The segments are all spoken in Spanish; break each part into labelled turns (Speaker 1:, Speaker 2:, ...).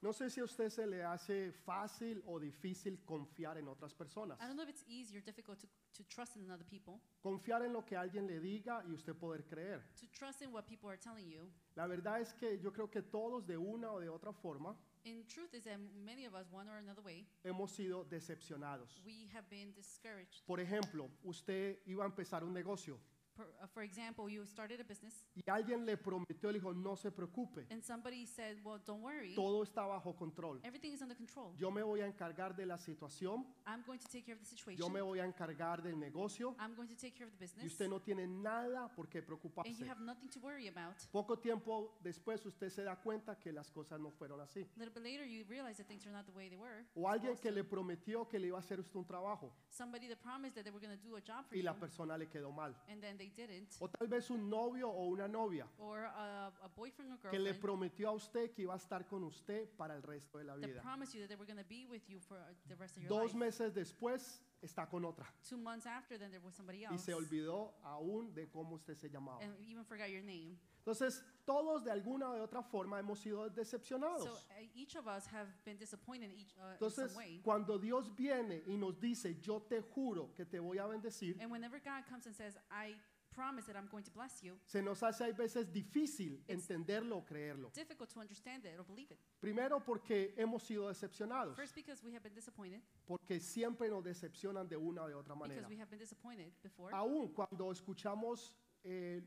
Speaker 1: No sé si a usted se le hace fácil o difícil confiar en otras personas.
Speaker 2: I don't know if it's easy or difficult to, to trust in other people,
Speaker 1: Confiar en lo que alguien le diga y usted poder creer.
Speaker 2: to trust in what people are telling you.
Speaker 1: La verdad es que yo creo que todos de una o de otra forma
Speaker 2: In truth is that many of us, one or another way,
Speaker 1: hemos sido decepcionados.
Speaker 2: we have been discouraged.
Speaker 1: Por ejemplo, usted iba a empezar un negocio
Speaker 2: For, uh, for example, you started a business
Speaker 1: y alguien le prometió, le dijo, no se preocupe,
Speaker 2: and somebody said, well, don't worry,
Speaker 1: todo está bajo control.
Speaker 2: everything is under control.
Speaker 1: Yo me voy a encargar de la situación,
Speaker 2: I'm going to take care of the situation.
Speaker 1: yo me voy a encargar del negocio
Speaker 2: I'm going to take care of the business.
Speaker 1: y usted no tiene nada por qué preocuparse.
Speaker 2: Ah, and you have nothing to worry about.
Speaker 1: Poco tiempo después usted se da cuenta que las cosas no fueron así.
Speaker 2: A little bit later, you realize that things are not the way they were.
Speaker 1: O alguien
Speaker 2: supposed
Speaker 1: que
Speaker 2: to.
Speaker 1: le prometió que le iba a hacer usted un trabajo
Speaker 2: Somebody that promised that they were going to do a job for
Speaker 1: y
Speaker 2: you,
Speaker 1: la persona le quedó mal.
Speaker 2: and then they didn't.
Speaker 1: O tal vez un novio o una novia
Speaker 2: Or a, a boyfriend or
Speaker 1: que le
Speaker 2: girlfriend
Speaker 1: prometió a usted que iba a estar con usted para el resto de la
Speaker 2: that
Speaker 1: vida.
Speaker 2: promised you that they were going to be with you for uh, the rest of your
Speaker 1: Dos
Speaker 2: life.
Speaker 1: meses después está con otra
Speaker 2: Two months after, then there was
Speaker 1: y
Speaker 2: somebody else,
Speaker 1: se olvidó aún de cómo usted se llamaba.
Speaker 2: and even forgot your name.
Speaker 1: Entonces, todos de alguna u otra forma hemos sido
Speaker 2: So
Speaker 1: decepcionados.
Speaker 2: uh, each of us have been disappointed each, uh, in
Speaker 1: Entonces,
Speaker 2: some way.
Speaker 1: cuando Dios viene y nos dice, yo te juro que te voy a bendecir,
Speaker 2: And whenever God comes and says, I promise that I'm going to bless you,
Speaker 1: se nos hace hay veces difícil
Speaker 2: It's-
Speaker 1: entenderlo o creerlo.
Speaker 2: difficult to understand it or believe it.
Speaker 1: Primero porque hemos sido decepcionados,
Speaker 2: First, because we have been disappointed,
Speaker 1: porque siempre nos decepcionan de una o de otra manera.
Speaker 2: because we have been disappointed before.
Speaker 1: Aún cuando escuchamos eh,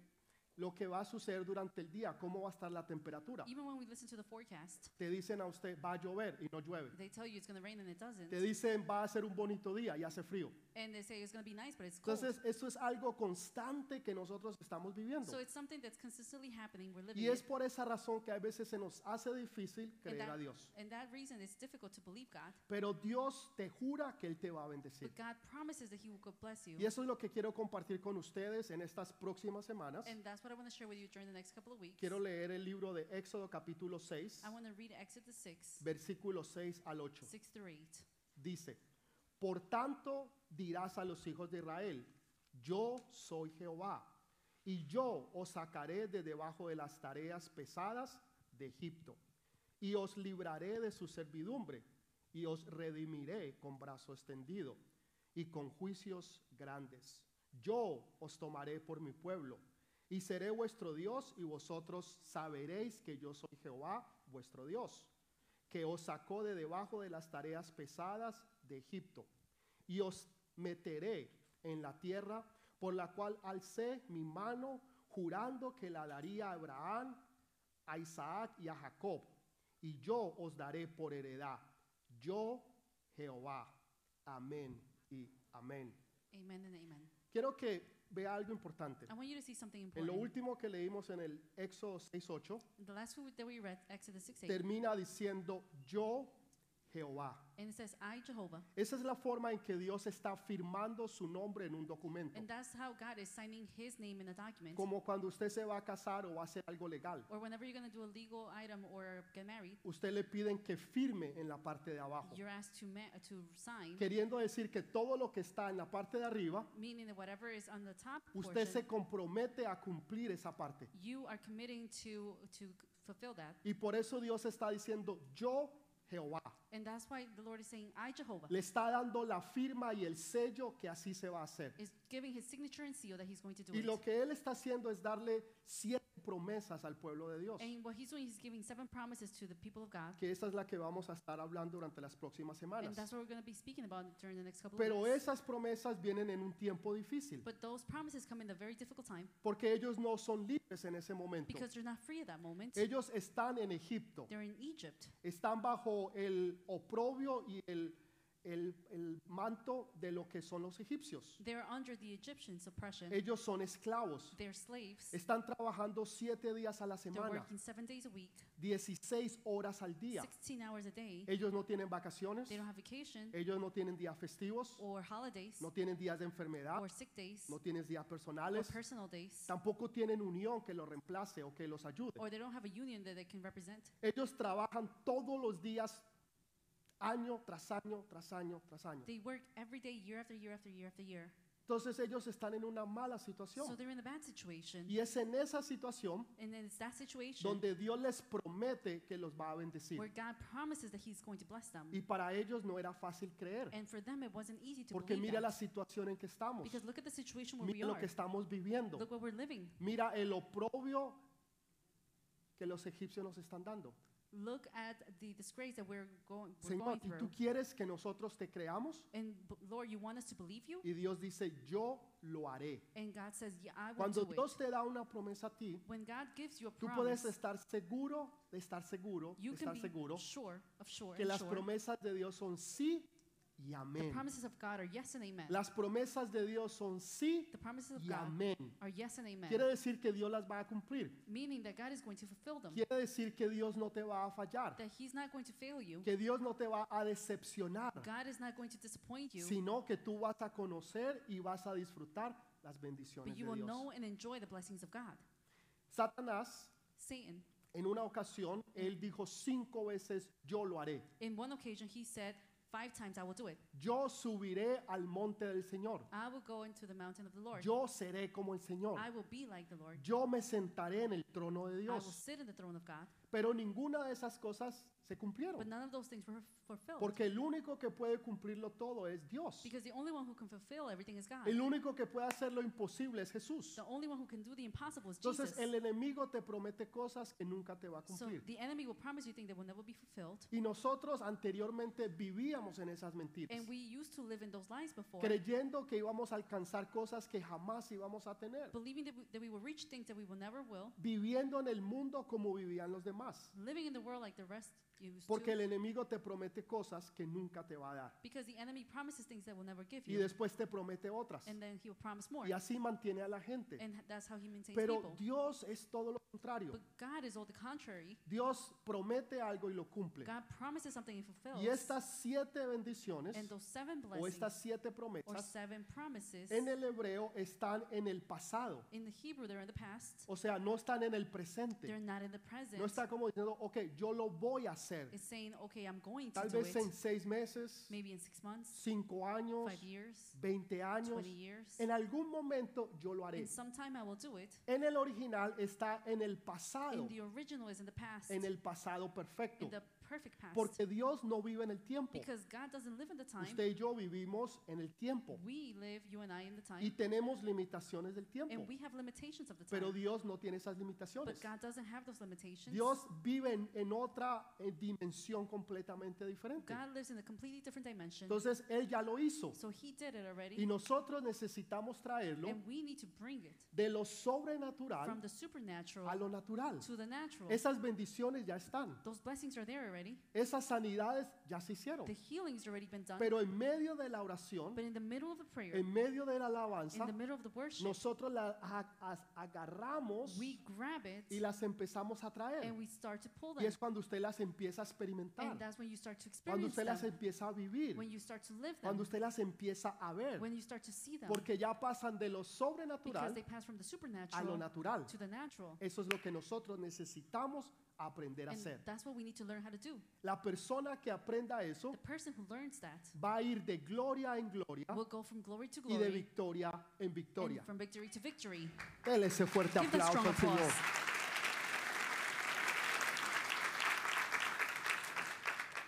Speaker 1: lo que va a suceder durante el día, cómo va a estar la temperatura,
Speaker 2: Even when we listen to the forecast,
Speaker 1: te dicen a usted va a llover y no llueve.
Speaker 2: they tell you it's going to rain and it doesn't.
Speaker 1: Te dicen va a ser un bonito día y hace frío.
Speaker 2: And they say it's going to be nice, but it's cold.
Speaker 1: Entonces, esto es algo constante que nosotros estamos viviendo.
Speaker 2: so it's something that's consistently happening. We're living
Speaker 1: Y es
Speaker 2: it.
Speaker 1: por esa razón que a veces se nos hace difícil
Speaker 2: And
Speaker 1: creer
Speaker 2: that-
Speaker 1: a Dios.
Speaker 2: And that reason it's difficult to believe God.
Speaker 1: Pero Dios te jura que Él te va a bendecir.
Speaker 2: But God promises that He will go bless you.
Speaker 1: Y eso es lo que quiero compartir con ustedes en estas próximas semanas.
Speaker 2: And that's what I want to share with you during the next couple of weeks.
Speaker 1: Quiero leer el libro de Éxodo capítulo 6,
Speaker 2: I want to read Exodus 6,
Speaker 1: versículos 6 al 8.
Speaker 2: 6 through 8.
Speaker 1: Dice, por tanto dirás a los hijos de Israel, yo soy Jehová, y yo os sacaré de debajo de las tareas pesadas de Egipto, y os libraré de su servidumbre, y os redimiré con brazo extendido, y con juicios grandes. Yo os tomaré por mi pueblo, y seré vuestro Dios, y vosotros saberéis que yo soy Jehová, vuestro Dios que os sacó de debajo de las tareas pesadas de Egipto, y os meteré en la tierra por la cual alcé mi mano, jurando que la daría a Abraham, a Isaac y a Jacob, y yo os daré por heredad. Yo, Jehová. Amén y amén.
Speaker 2: Amen and amen.
Speaker 1: Quiero que vea algo importante.
Speaker 2: I want you to see something
Speaker 1: En lo
Speaker 2: important.
Speaker 1: último que leímos en el Éxodo 6.8,
Speaker 2: the last one that we read, Exodus 6, 8,
Speaker 1: termina diciendo, yo, Jehová.
Speaker 2: and it says, I, Jehovah.
Speaker 1: Esa es la forma en que Dios está firmando su nombre en un documento.
Speaker 2: And that's how God is signing His name in a document.
Speaker 1: Como cuando usted se va a casar o va a hacer algo legal.
Speaker 2: Or whenever you're going to do a legal item or get married,
Speaker 1: Usted le piden que firme en la parte de abajo.
Speaker 2: you're asked to, ma- to sign,
Speaker 1: Queriendo decir que todo lo que está en la parte de arriba,
Speaker 2: meaning that whatever is on the top
Speaker 1: usted
Speaker 2: portion,
Speaker 1: se compromete a cumplir esa parte.
Speaker 2: you are committing to, to fulfill that.
Speaker 1: Y por eso Dios está diciendo, yo, Jehová.
Speaker 2: And that's why the Lord is saying, I, Jehovah,
Speaker 1: Le está dando la firma y el sello que así se va a hacer.
Speaker 2: is giving His signature and seal that He's going to do
Speaker 1: Y
Speaker 2: it.
Speaker 1: lo que Él está haciendo es darle siete promesas al pueblo de Dios.
Speaker 2: And what He's doing, He's giving seven promises to the people of God.
Speaker 1: Que esa es la que vamos a estar hablando durante las próximas
Speaker 2: And
Speaker 1: semanas.
Speaker 2: that's what we're going to be speaking about during the next couple of
Speaker 1: Pero
Speaker 2: weeks.
Speaker 1: esas promesas vienen en un tiempo difícil,
Speaker 2: But those promises come in a very difficult time
Speaker 1: porque ellos no son libres en ese momento.
Speaker 2: because they're not free at that moment.
Speaker 1: Ellos están en Egipto,
Speaker 2: They're in Egypt.
Speaker 1: están bajo el oprobio y el, el- el manto de lo que son los egipcios.
Speaker 2: They're under the Egyptian oppression.
Speaker 1: Ellos son esclavos,
Speaker 2: They're slaves.
Speaker 1: están trabajando siete días a la
Speaker 2: They're
Speaker 1: semana,
Speaker 2: working seven days a week,
Speaker 1: 16 horas al día.
Speaker 2: 16 hours a day.
Speaker 1: Ellos no tienen vacaciones,
Speaker 2: They don't have vacation
Speaker 1: ellos no tienen días festivos,
Speaker 2: or holidays
Speaker 1: no tienen días de enfermedad,
Speaker 2: or sick days
Speaker 1: no tienen días
Speaker 2: or
Speaker 1: personales,
Speaker 2: personal days.
Speaker 1: tampoco tienen unión que los reemplace o que los ayude.
Speaker 2: Or they don't have a union that they can represent.
Speaker 1: Ellos trabajan todos los días, año tras año, tras año, tras año.
Speaker 2: They work every day, year after year after year after year.
Speaker 1: Entonces ellos están en una mala
Speaker 2: So
Speaker 1: situación.
Speaker 2: they're in a bad situation.
Speaker 1: Y es en esa situación
Speaker 2: And then it's that situation
Speaker 1: donde Dios les promete que los va a bendecir.
Speaker 2: where God promises that He's going to bless them.
Speaker 1: Y para ellos no era fácil creer.
Speaker 2: And for them, it wasn't easy to
Speaker 1: Porque
Speaker 2: believe
Speaker 1: mira
Speaker 2: that.
Speaker 1: la situación en que estamos.
Speaker 2: Because look at the situation where we
Speaker 1: Mira lo que
Speaker 2: are.
Speaker 1: estamos viviendo.
Speaker 2: Look what we're living.
Speaker 1: Mira el oprobio que los egipcios nos están dando.
Speaker 2: Look at the disgrace that we're going, we're
Speaker 1: Señor, ¿y
Speaker 2: going through.
Speaker 1: tú quieres que nosotros te creamos?
Speaker 2: And b- Lord, you want us to believe you?
Speaker 1: Y Dios dice, yo lo haré.
Speaker 2: And God says, yeah, I will
Speaker 1: Cuando
Speaker 2: do it.
Speaker 1: Dios te da una promesa a ti,
Speaker 2: When God gives you a
Speaker 1: tú puedes
Speaker 2: promise,
Speaker 1: estar seguro, de estar seguro, de
Speaker 2: you can
Speaker 1: estar
Speaker 2: be
Speaker 1: seguro
Speaker 2: sure of sure.
Speaker 1: que
Speaker 2: and
Speaker 1: las
Speaker 2: sure.
Speaker 1: promesas de Dios son sí y
Speaker 2: The
Speaker 1: amén.
Speaker 2: promises of God are yes and amen.
Speaker 1: Las promesas de Dios son sí
Speaker 2: The promises of
Speaker 1: y
Speaker 2: God
Speaker 1: amén.
Speaker 2: are yes and amen.
Speaker 1: Quiere decir que Dios las va a cumplir.
Speaker 2: Meaning that God is going to fulfill them.
Speaker 1: Quiere decir que Dios no te va a fallar,
Speaker 2: That He's not going to fail you.
Speaker 1: que Dios no te va a decepcionar,
Speaker 2: God is not going to disappoint you.
Speaker 1: sino que tú vas a conocer y vas a disfrutar las
Speaker 2: But
Speaker 1: bendiciones
Speaker 2: you
Speaker 1: de
Speaker 2: will
Speaker 1: Dios.
Speaker 2: know and enjoy the blessings of God.
Speaker 1: Satanás,
Speaker 2: Satan,
Speaker 1: en una ocasión, él dijo cinco veces, yo lo haré.
Speaker 2: in one occasion, he said, Five times I will do it.
Speaker 1: Yo subiré al monte del Señor.
Speaker 2: I will go into the mountain of the Lord.
Speaker 1: Yo seré como el Señor.
Speaker 2: I will be like the Lord.
Speaker 1: Yo me sentaré en el trono de
Speaker 2: I will
Speaker 1: Dios.
Speaker 2: sit in the throne of God.
Speaker 1: Pero ninguna de esas cosas se
Speaker 2: But
Speaker 1: cumplieron.
Speaker 2: none of those things were fulfilled.
Speaker 1: Porque el único que puede cumplirlo todo es Dios.
Speaker 2: because the only one who can fulfill everything is God.
Speaker 1: El único que puede hacer lo imposible es Jesús.
Speaker 2: The only one who can do the impossible is
Speaker 1: Entonces el
Speaker 2: Jesus.
Speaker 1: enemigo te promete cosas que nunca te va a
Speaker 2: So
Speaker 1: cumplir.
Speaker 2: the enemy will promise you things that will never be fulfilled.
Speaker 1: Y nosotros anteriormente vivíamos en esas mentiras,
Speaker 2: And we used to live in those lies before,
Speaker 1: creyendo que íbamos a alcanzar cosas que jamás íbamos a tener,
Speaker 2: believing that we, that we will reach things that we will never will,
Speaker 1: viviendo en el mundo como vivían los demás.
Speaker 2: living in the world like the rest used
Speaker 1: Porque
Speaker 2: to.
Speaker 1: el enemigo te promete cosas que nunca te va a dar.
Speaker 2: Because the enemy promises things that will never give
Speaker 1: Y
Speaker 2: you.
Speaker 1: después te promete otras.
Speaker 2: And then he will promise more.
Speaker 1: Y así mantiene a la gente.
Speaker 2: And that's how he maintains
Speaker 1: Pero
Speaker 2: people.
Speaker 1: Dios es todo lo contrario.
Speaker 2: But God is all the contrary.
Speaker 1: Dios promete algo y lo cumple.
Speaker 2: God promises something and fulfills.
Speaker 1: Y estas siete bendiciones
Speaker 2: and those seven
Speaker 1: o
Speaker 2: blessings
Speaker 1: estas siete
Speaker 2: or
Speaker 1: promesas
Speaker 2: seven promises
Speaker 1: en el hebreo están en el pasado.
Speaker 2: in the Hebrew, they're in the past.
Speaker 1: O sea, no están en el
Speaker 2: They're
Speaker 1: presente.
Speaker 2: not in the present.
Speaker 1: No está como diciendo, ok, yo lo voy a hacer.
Speaker 2: It's saying, okay, I'm going to
Speaker 1: Tal
Speaker 2: do
Speaker 1: vez
Speaker 2: it.
Speaker 1: en seis meses,
Speaker 2: Maybe in six months,
Speaker 1: cinco años,
Speaker 2: five years,
Speaker 1: 20 años.
Speaker 2: 20 years.
Speaker 1: En algún momento yo lo haré.
Speaker 2: In some time I will do it.
Speaker 1: En el original está en el pasado,
Speaker 2: In the original is in the past.
Speaker 1: en el pasado perfecto.
Speaker 2: in the perfect past.
Speaker 1: Porque Dios no vive en el tiempo.
Speaker 2: because God doesn't live in the time.
Speaker 1: Usted y yo vivimos en el tiempo
Speaker 2: We live, you and I, in the time.
Speaker 1: y tenemos limitaciones del tiempo.
Speaker 2: and we have limitations of the time.
Speaker 1: Pero Dios no tiene esas limitaciones.
Speaker 2: but God doesn't have those limitations.
Speaker 1: Dios vive en, en otra eh, dimensión completamente diferente.
Speaker 2: God lives in a completely different dimension.
Speaker 1: Entonces Él ya lo hizo
Speaker 2: so he did it already.
Speaker 1: y nosotros necesitamos traerlo
Speaker 2: and we need to bring it
Speaker 1: de lo
Speaker 2: from
Speaker 1: sobrenatural
Speaker 2: the supernatural
Speaker 1: a lo natural.
Speaker 2: to the natural.
Speaker 1: Esas bendiciones ya están,
Speaker 2: those blessings are there already.
Speaker 1: esas sanidades ya se hicieron.
Speaker 2: The healing's already been done.
Speaker 1: Pero en medio de la oración,
Speaker 2: but in the middle of the prayer,
Speaker 1: en medio de la
Speaker 2: in
Speaker 1: alabanza,
Speaker 2: the middle of the worship,
Speaker 1: nosotros las a- as- agarramos
Speaker 2: we grab it
Speaker 1: y las empezamos a traer.
Speaker 2: and we start to pull them.
Speaker 1: Y es cuando usted las empieza a experimentar,
Speaker 2: and that's when you start to
Speaker 1: cuando
Speaker 2: experience
Speaker 1: usted las
Speaker 2: them.
Speaker 1: empieza a vivir,
Speaker 2: When you start to live them.
Speaker 1: cuando usted las empieza a ver.
Speaker 2: when you start to see them.
Speaker 1: Porque ya pasan de lo
Speaker 2: because they
Speaker 1: sobrenatural
Speaker 2: pass from the
Speaker 1: a lo
Speaker 2: supernatural
Speaker 1: natural.
Speaker 2: to the natural.
Speaker 1: Eso es lo que nosotros necesitamos aprender a
Speaker 2: And
Speaker 1: hacer.
Speaker 2: that's what we need to learn how to do.
Speaker 1: La persona que aprenda eso
Speaker 2: The person who learns that
Speaker 1: va a ir de gloria en gloria
Speaker 2: will go from glory to
Speaker 1: y de
Speaker 2: glory
Speaker 1: victoria en victoria.
Speaker 2: and from victory to victory.
Speaker 1: Dele ese fuerte
Speaker 2: Give them
Speaker 1: aplauso
Speaker 2: strong
Speaker 1: al Señor.
Speaker 2: applause.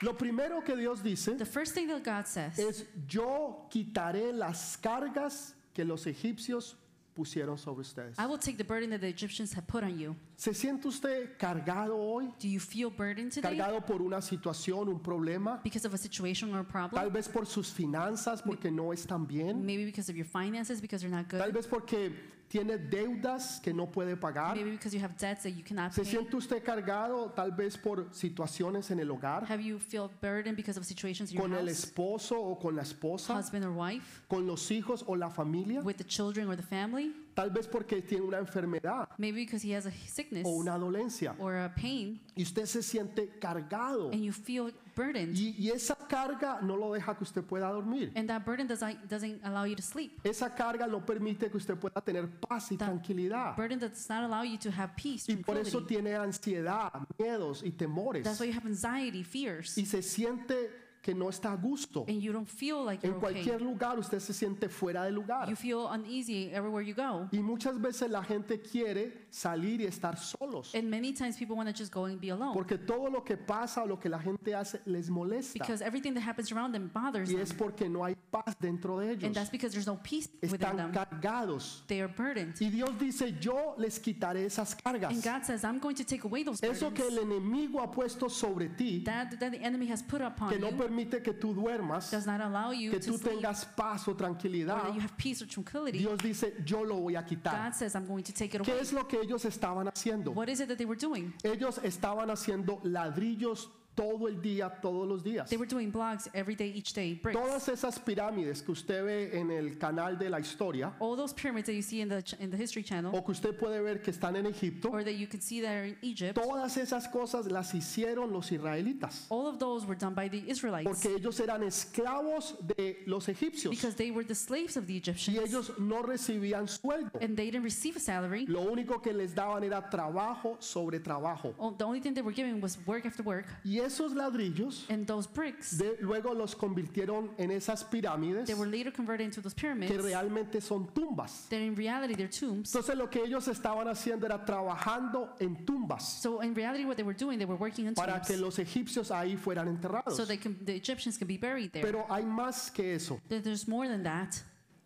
Speaker 1: Lo primero que Dios dice
Speaker 2: The first thing that God says,
Speaker 1: es yo quitaré las cargas que los egipcios pusieron sobre ustedes.
Speaker 2: I will take the burden that the Egyptians have put on you.
Speaker 1: ¿Se siente usted cargado hoy?
Speaker 2: Do you feel burdened today
Speaker 1: ¿Cargado por una situación, un problema?
Speaker 2: because of a situation or a
Speaker 1: Tal
Speaker 2: problem?
Speaker 1: vez por sus finanzas porque no están bien.
Speaker 2: Maybe because of your finances because they're not
Speaker 1: Tal
Speaker 2: good.
Speaker 1: vez porque tiene deudas que no puede pagar.
Speaker 2: Maybe because you have debts that you cannot
Speaker 1: ¿Se
Speaker 2: pay.
Speaker 1: siente usted cargado tal vez por situaciones en el hogar,
Speaker 2: Have you feel burdened because of situations in your
Speaker 1: con el
Speaker 2: house,
Speaker 1: esposo o con la esposa,
Speaker 2: husband or wife,
Speaker 1: con los hijos o la familia?
Speaker 2: with the children or the family?
Speaker 1: Tal vez porque tiene una enfermedad
Speaker 2: Maybe because he has a sickness
Speaker 1: o una dolencia
Speaker 2: or a pain
Speaker 1: y usted se siente cargado
Speaker 2: and you feel burdened.
Speaker 1: y, y esa carga no lo deja que usted pueda dormir.
Speaker 2: And that burden doesn't, doesn't allow you to sleep.
Speaker 1: Esa carga no permite que usted pueda tener paz y
Speaker 2: That
Speaker 1: tranquilidad.
Speaker 2: Burden that does not allow you to have peace,
Speaker 1: Y por eso
Speaker 2: tranquility.
Speaker 1: tiene ansiedad, miedos y temores.
Speaker 2: That's why you have anxiety, fears.
Speaker 1: y se siente que no está a gusto.
Speaker 2: and you don't feel like
Speaker 1: En
Speaker 2: you're okay.
Speaker 1: cualquier lugar usted se siente fuera de lugar.
Speaker 2: You feel uneasy everywhere you go.
Speaker 1: Y muchas veces la gente quiere salir y estar solos.
Speaker 2: And many times people want to just go and be alone
Speaker 1: Porque todo lo que pasa o lo que la gente hace les molesta.
Speaker 2: because everything that happens around them bothers
Speaker 1: Y
Speaker 2: them.
Speaker 1: es porque no hay paz dentro de
Speaker 2: And
Speaker 1: ellos.
Speaker 2: that's because there's no peace within
Speaker 1: Están
Speaker 2: them.
Speaker 1: cargados.
Speaker 2: They are burdened.
Speaker 1: Y Dios dice, yo les quitaré esas cargas.
Speaker 2: And God says, I'm going to take away those burdens
Speaker 1: Eso que el enemigo ha puesto sobre ti,
Speaker 2: that, that the enemy has put upon
Speaker 1: que no
Speaker 2: you,
Speaker 1: permite que tú duermas,
Speaker 2: does not allow you
Speaker 1: que
Speaker 2: to
Speaker 1: tú
Speaker 2: sleep or
Speaker 1: tengas paz o tranquilidad,
Speaker 2: that you have peace or tranquility.
Speaker 1: Dios dice, yo lo voy a quitar.
Speaker 2: God says, I'm going to take it
Speaker 1: ¿Qué
Speaker 2: away.
Speaker 1: es lo que ellos estaban haciendo?
Speaker 2: What is it that they were doing?
Speaker 1: Ellos estaban haciendo ladrillos todo el día, todos los días.
Speaker 2: They were doing blocks every day, each day, bricks.
Speaker 1: Todas esas pirámides que usted ve en el canal de la historia
Speaker 2: All those pyramids that you see in the, ch- in the History Channel,
Speaker 1: o que usted puede ver que están en Egipto,
Speaker 2: or that you can see there in Egypt,
Speaker 1: todas esas cosas las hicieron los israelitas,
Speaker 2: all of those were done by the Israelites
Speaker 1: porque ellos eran esclavos de los egipcios
Speaker 2: because they were the slaves of the
Speaker 1: y
Speaker 2: Egyptians
Speaker 1: ellos no recibían sueldo.
Speaker 2: and they didn't receive a salary.
Speaker 1: Lo único que les daban era trabajo sobre trabajo.
Speaker 2: O- Oh, The only thing they were given was work after work.
Speaker 1: Y esos ladrillos
Speaker 2: And those bricks,
Speaker 1: de- luego los convirtieron en esas pirámides
Speaker 2: they were later converted into those pyramids.
Speaker 1: que realmente son tumbas.
Speaker 2: That in reality, they're tombs.
Speaker 1: Entonces lo que ellos estaban haciendo era trabajando en tumbas
Speaker 2: So in reality, what they were doing, they were working in
Speaker 1: para que
Speaker 2: tombs
Speaker 1: los egipcios ahí fueran enterrados.
Speaker 2: so they can, the Egyptians can be buried there.
Speaker 1: Pero hay más que eso.
Speaker 2: There- There's more than that.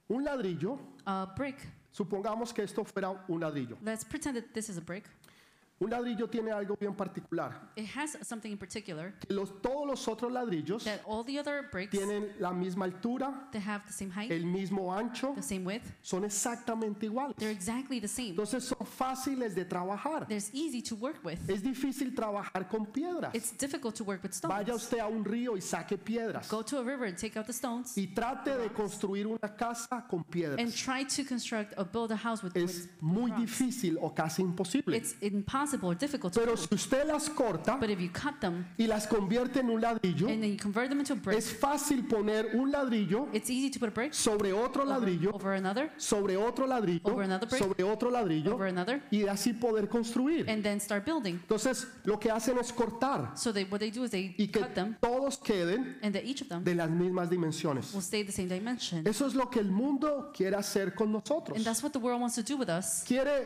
Speaker 1: Un ladrillo,
Speaker 2: A brick.
Speaker 1: supongamos que esto fuera un ladrillo.
Speaker 2: Let's pretend that this is a brick.
Speaker 1: Un ladrillo tiene algo bien particular.
Speaker 2: It has something in particular
Speaker 1: que los- todos los otros ladrillos
Speaker 2: that all the other bricks
Speaker 1: tienen la misma altura,
Speaker 2: they have the same height,
Speaker 1: el mismo ancho,
Speaker 2: the same width.
Speaker 1: son exactamente
Speaker 2: They're
Speaker 1: iguales.
Speaker 2: exactly the same.
Speaker 1: Entonces son fáciles de trabajar.
Speaker 2: They're easy to work with.
Speaker 1: Es difícil trabajar con piedras.
Speaker 2: It's difficult to work with
Speaker 1: Vaya
Speaker 2: stones.
Speaker 1: usted a un río y saque piedras
Speaker 2: Go to a river and take out the stones
Speaker 1: y trate de construir una casa con
Speaker 2: and
Speaker 1: piedras.
Speaker 2: try to construct or build a house with
Speaker 1: Es
Speaker 2: with
Speaker 1: muy
Speaker 2: rocks.
Speaker 1: difícil o casi imposible.
Speaker 2: It's impossible or difficult to
Speaker 1: Pero
Speaker 2: do.
Speaker 1: si usted las corta
Speaker 2: But if you cut them
Speaker 1: y las convierte en un ladrillo,
Speaker 2: and then you convert them into a brick,
Speaker 1: es fácil poner un ladrillo
Speaker 2: it's easy to put a brick
Speaker 1: sobre otro
Speaker 2: over,
Speaker 1: ladrillo,
Speaker 2: over another,
Speaker 1: sobre otro ladrillo,
Speaker 2: Over another brick.
Speaker 1: sobre otro ladrillo
Speaker 2: over another,
Speaker 1: y de así poder construir.
Speaker 2: and then start building.
Speaker 1: Entonces, lo que hacen es cortar
Speaker 2: So they, what they do is they
Speaker 1: y que
Speaker 2: cut them
Speaker 1: todos queden
Speaker 2: and that each of them
Speaker 1: de las mismas dimensiones.
Speaker 2: will stay the same dimension.
Speaker 1: Eso es lo que el mundo quiere hacer con nosotros.
Speaker 2: And that's what the world wants to do with us.
Speaker 1: Quiere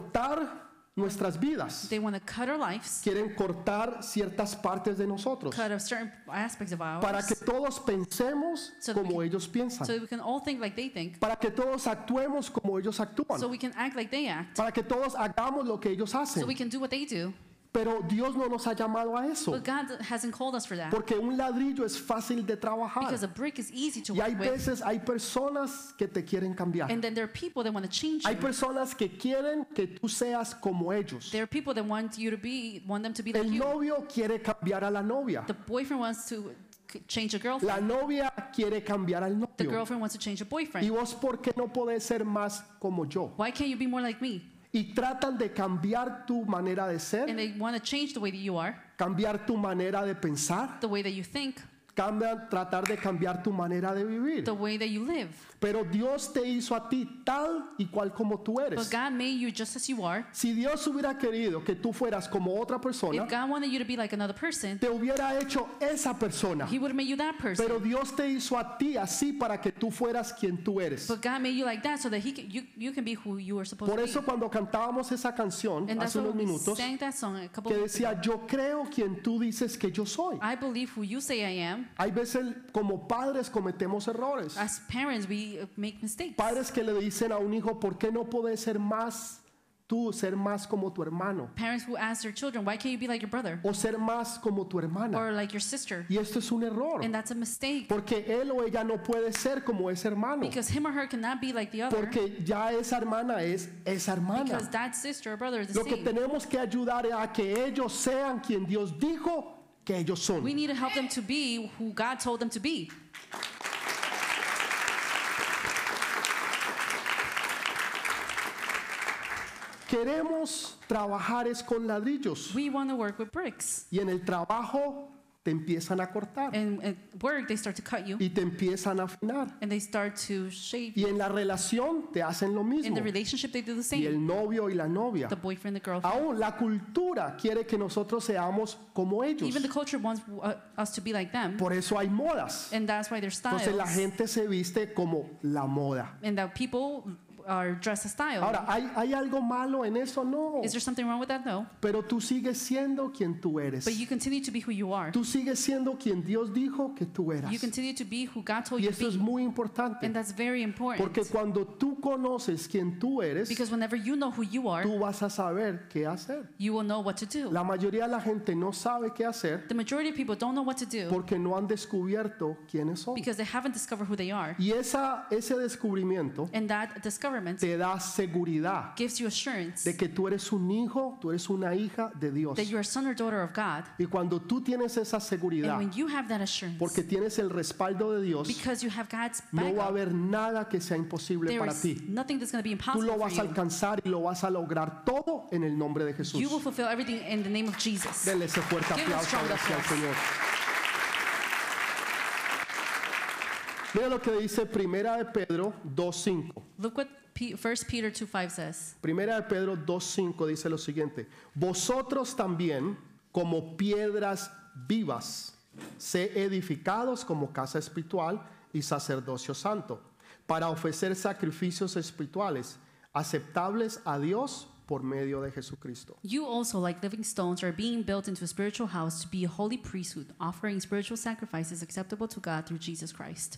Speaker 1: cortar nuestras vidas.
Speaker 2: They want to cut our lives,
Speaker 1: Quieren cortar ciertas partes de nosotros
Speaker 2: cut off certain aspects of ours,
Speaker 1: para que todos pensemos
Speaker 2: So that we
Speaker 1: como
Speaker 2: can-
Speaker 1: ellos piensan.
Speaker 2: so that we can all think like they think,
Speaker 1: para que todos actuemos como ellos
Speaker 2: so
Speaker 1: actúan,
Speaker 2: we can act like they act,
Speaker 1: para que todos hagamos lo que ellos
Speaker 2: so we
Speaker 1: hacen.
Speaker 2: can do what they do.
Speaker 1: Pero Dios no nos ha llamado a eso,
Speaker 2: But God hasn't called us for that
Speaker 1: porque un ladrillo es fácil de trabajar
Speaker 2: because a brick is easy to
Speaker 1: y hay
Speaker 2: work with,
Speaker 1: veces hay personas que te quieren cambiar.
Speaker 2: and then there are people that want to change
Speaker 1: Hay
Speaker 2: you.
Speaker 1: personas que quieren que tú seas como ellos.
Speaker 2: There are people that want you to be, want them to be like
Speaker 1: El
Speaker 2: you.
Speaker 1: novio quiere cambiar a la novia,
Speaker 2: The boyfriend wants to c- change a girlfriend.
Speaker 1: la novia quiere cambiar al
Speaker 2: The
Speaker 1: novio.
Speaker 2: girlfriend wants to change a
Speaker 1: ¿Y
Speaker 2: boyfriend.
Speaker 1: vos por qué no podés ser más como yo?
Speaker 2: Why can't you be more like me?
Speaker 1: Y tratan de cambiar tu manera de
Speaker 2: And
Speaker 1: ser,
Speaker 2: they want to change the way that you are,
Speaker 1: cambiar tu manera de pensar,
Speaker 2: the way that you think,
Speaker 1: cambian, tratar de cambiar tu manera de vivir.
Speaker 2: the way that you live.
Speaker 1: Pero Dios te hizo a ti tal y cual como tú
Speaker 2: But
Speaker 1: eres.
Speaker 2: Pues God made you just as you are.
Speaker 1: Si Dios hubiera querido que tú fueras como otra persona,
Speaker 2: If God wanted you to be like another person,
Speaker 1: te hubiera hecho esa persona.
Speaker 2: He would have made you that person.
Speaker 1: Pero Dios te hizo a ti así para que tú fueras quien tú eres.
Speaker 2: But God made you like that so that He can, you, you can be who you are supposed
Speaker 1: Por
Speaker 2: to
Speaker 1: eso cuando cantábamos esa canción
Speaker 2: be. And that's
Speaker 1: hace
Speaker 2: why
Speaker 1: unos
Speaker 2: when we
Speaker 1: minutos
Speaker 2: sang that song a couple
Speaker 1: que
Speaker 2: of weeks ago.
Speaker 1: decía, yo creo quien tú dices que yo soy.
Speaker 2: I believe who you say I am.
Speaker 1: Hay veces como padres cometemos errores.
Speaker 2: As parents, we uh, make mistakes.
Speaker 1: Padres que le dicen a un hijo, ¿por qué no puedes ser más tú, ser más como tu hermano?
Speaker 2: Parents who ask their children, why can't you be like your brother
Speaker 1: o ser más como tu hermana.
Speaker 2: or like your sister?
Speaker 1: Y esto es un error,
Speaker 2: And that's a mistake
Speaker 1: porque él o ella no puede ser como ese hermano,
Speaker 2: because him or her cannot be like the other
Speaker 1: porque ya esa hermana es esa
Speaker 2: because
Speaker 1: hermana.
Speaker 2: that sister or brother is the
Speaker 1: Lo que
Speaker 2: same.
Speaker 1: tenemos que ayudar es a que ellos sean quien Dios dijo que ellos son.
Speaker 2: We need to help them to be who God told them to be.
Speaker 1: Queremos trabajar es con ladrillos
Speaker 2: We want to work with bricks.
Speaker 1: y en el trabajo te empiezan a cortar
Speaker 2: And at work, they start to cut you
Speaker 1: y te empiezan a afinar.
Speaker 2: and they start to shave
Speaker 1: Y
Speaker 2: you.
Speaker 1: en la relación te hacen lo
Speaker 2: In
Speaker 1: mismo.
Speaker 2: the relationship, they do the
Speaker 1: Y
Speaker 2: same.
Speaker 1: el novio y la novia.
Speaker 2: The boyfriend, the girlfriend.
Speaker 1: Aún la cultura quiere que nosotros seamos como ellos.
Speaker 2: Even the culture wants uh, us to be like them.
Speaker 1: Por eso hay modas.
Speaker 2: And that's why their
Speaker 1: Entonces la
Speaker 2: styles.
Speaker 1: gente se viste como la moda.
Speaker 2: And that people are dressed as
Speaker 1: Ahora,
Speaker 2: style.
Speaker 1: ¿hay, hay algo malo en eso? No.
Speaker 2: Is there something wrong with that? No.
Speaker 1: Pero tú sigues siendo quien tú eres.
Speaker 2: But you continue to be who you are.
Speaker 1: Tú sigues siendo quien Dios dijo que tú eras.
Speaker 2: You continue to be who God told
Speaker 1: Y
Speaker 2: you
Speaker 1: esto
Speaker 2: to
Speaker 1: es
Speaker 2: be.
Speaker 1: muy importante.
Speaker 2: And that's very important.
Speaker 1: Porque cuando tú conoces quien tú eres,
Speaker 2: Because whenever you know who you are,
Speaker 1: tú vas a saber qué hacer.
Speaker 2: you will know what to do.
Speaker 1: La mayoría de la gente no sabe qué hacer
Speaker 2: The majority of people don't know what to do
Speaker 1: porque no han descubierto quiénes son.
Speaker 2: because they haven't discovered who they are.
Speaker 1: Y esa, ese descubrimiento
Speaker 2: And that discoverment
Speaker 1: te da seguridad
Speaker 2: gives you assurance
Speaker 1: de que tú eres un hijo, tú eres una hija de Dios.
Speaker 2: that you're a son or daughter of God.
Speaker 1: Y cuando tú tienes esa
Speaker 2: And
Speaker 1: seguridad,
Speaker 2: when you have that assurance,
Speaker 1: porque tienes el respaldo de Dios,
Speaker 2: because you have God's
Speaker 1: no va a
Speaker 2: backup,
Speaker 1: haber nada que sea imposible
Speaker 2: there
Speaker 1: para
Speaker 2: is
Speaker 1: ti.
Speaker 2: nothing that's going to be
Speaker 1: Tú lo
Speaker 2: impossible
Speaker 1: vas a
Speaker 2: for you.
Speaker 1: alcanzar y lo vas a lograr todo en el nombre de
Speaker 2: You will
Speaker 1: Jesús.
Speaker 2: fulfill everything in the name of Jesus.
Speaker 1: Denle ese fuerte
Speaker 2: Give him
Speaker 1: aplauso
Speaker 2: strong
Speaker 1: gracias al
Speaker 2: applause.
Speaker 1: Señor. Mira lo que dice Primera de Pedro 2.5.
Speaker 2: Look what P- 1 Peter 2 5 says.
Speaker 1: Primera de Pedro 2.5 dice lo siguiente. Vosotros también, como piedras vivas, sé edificados como casa espiritual y sacerdocio santo, para ofrecer sacrificios espirituales aceptables a Dios por medio de Jesucristo.
Speaker 2: You also, like living stones, are being built into a spiritual house to be a holy priesthood, offering spiritual sacrifices acceptable to God through Jesus Christ.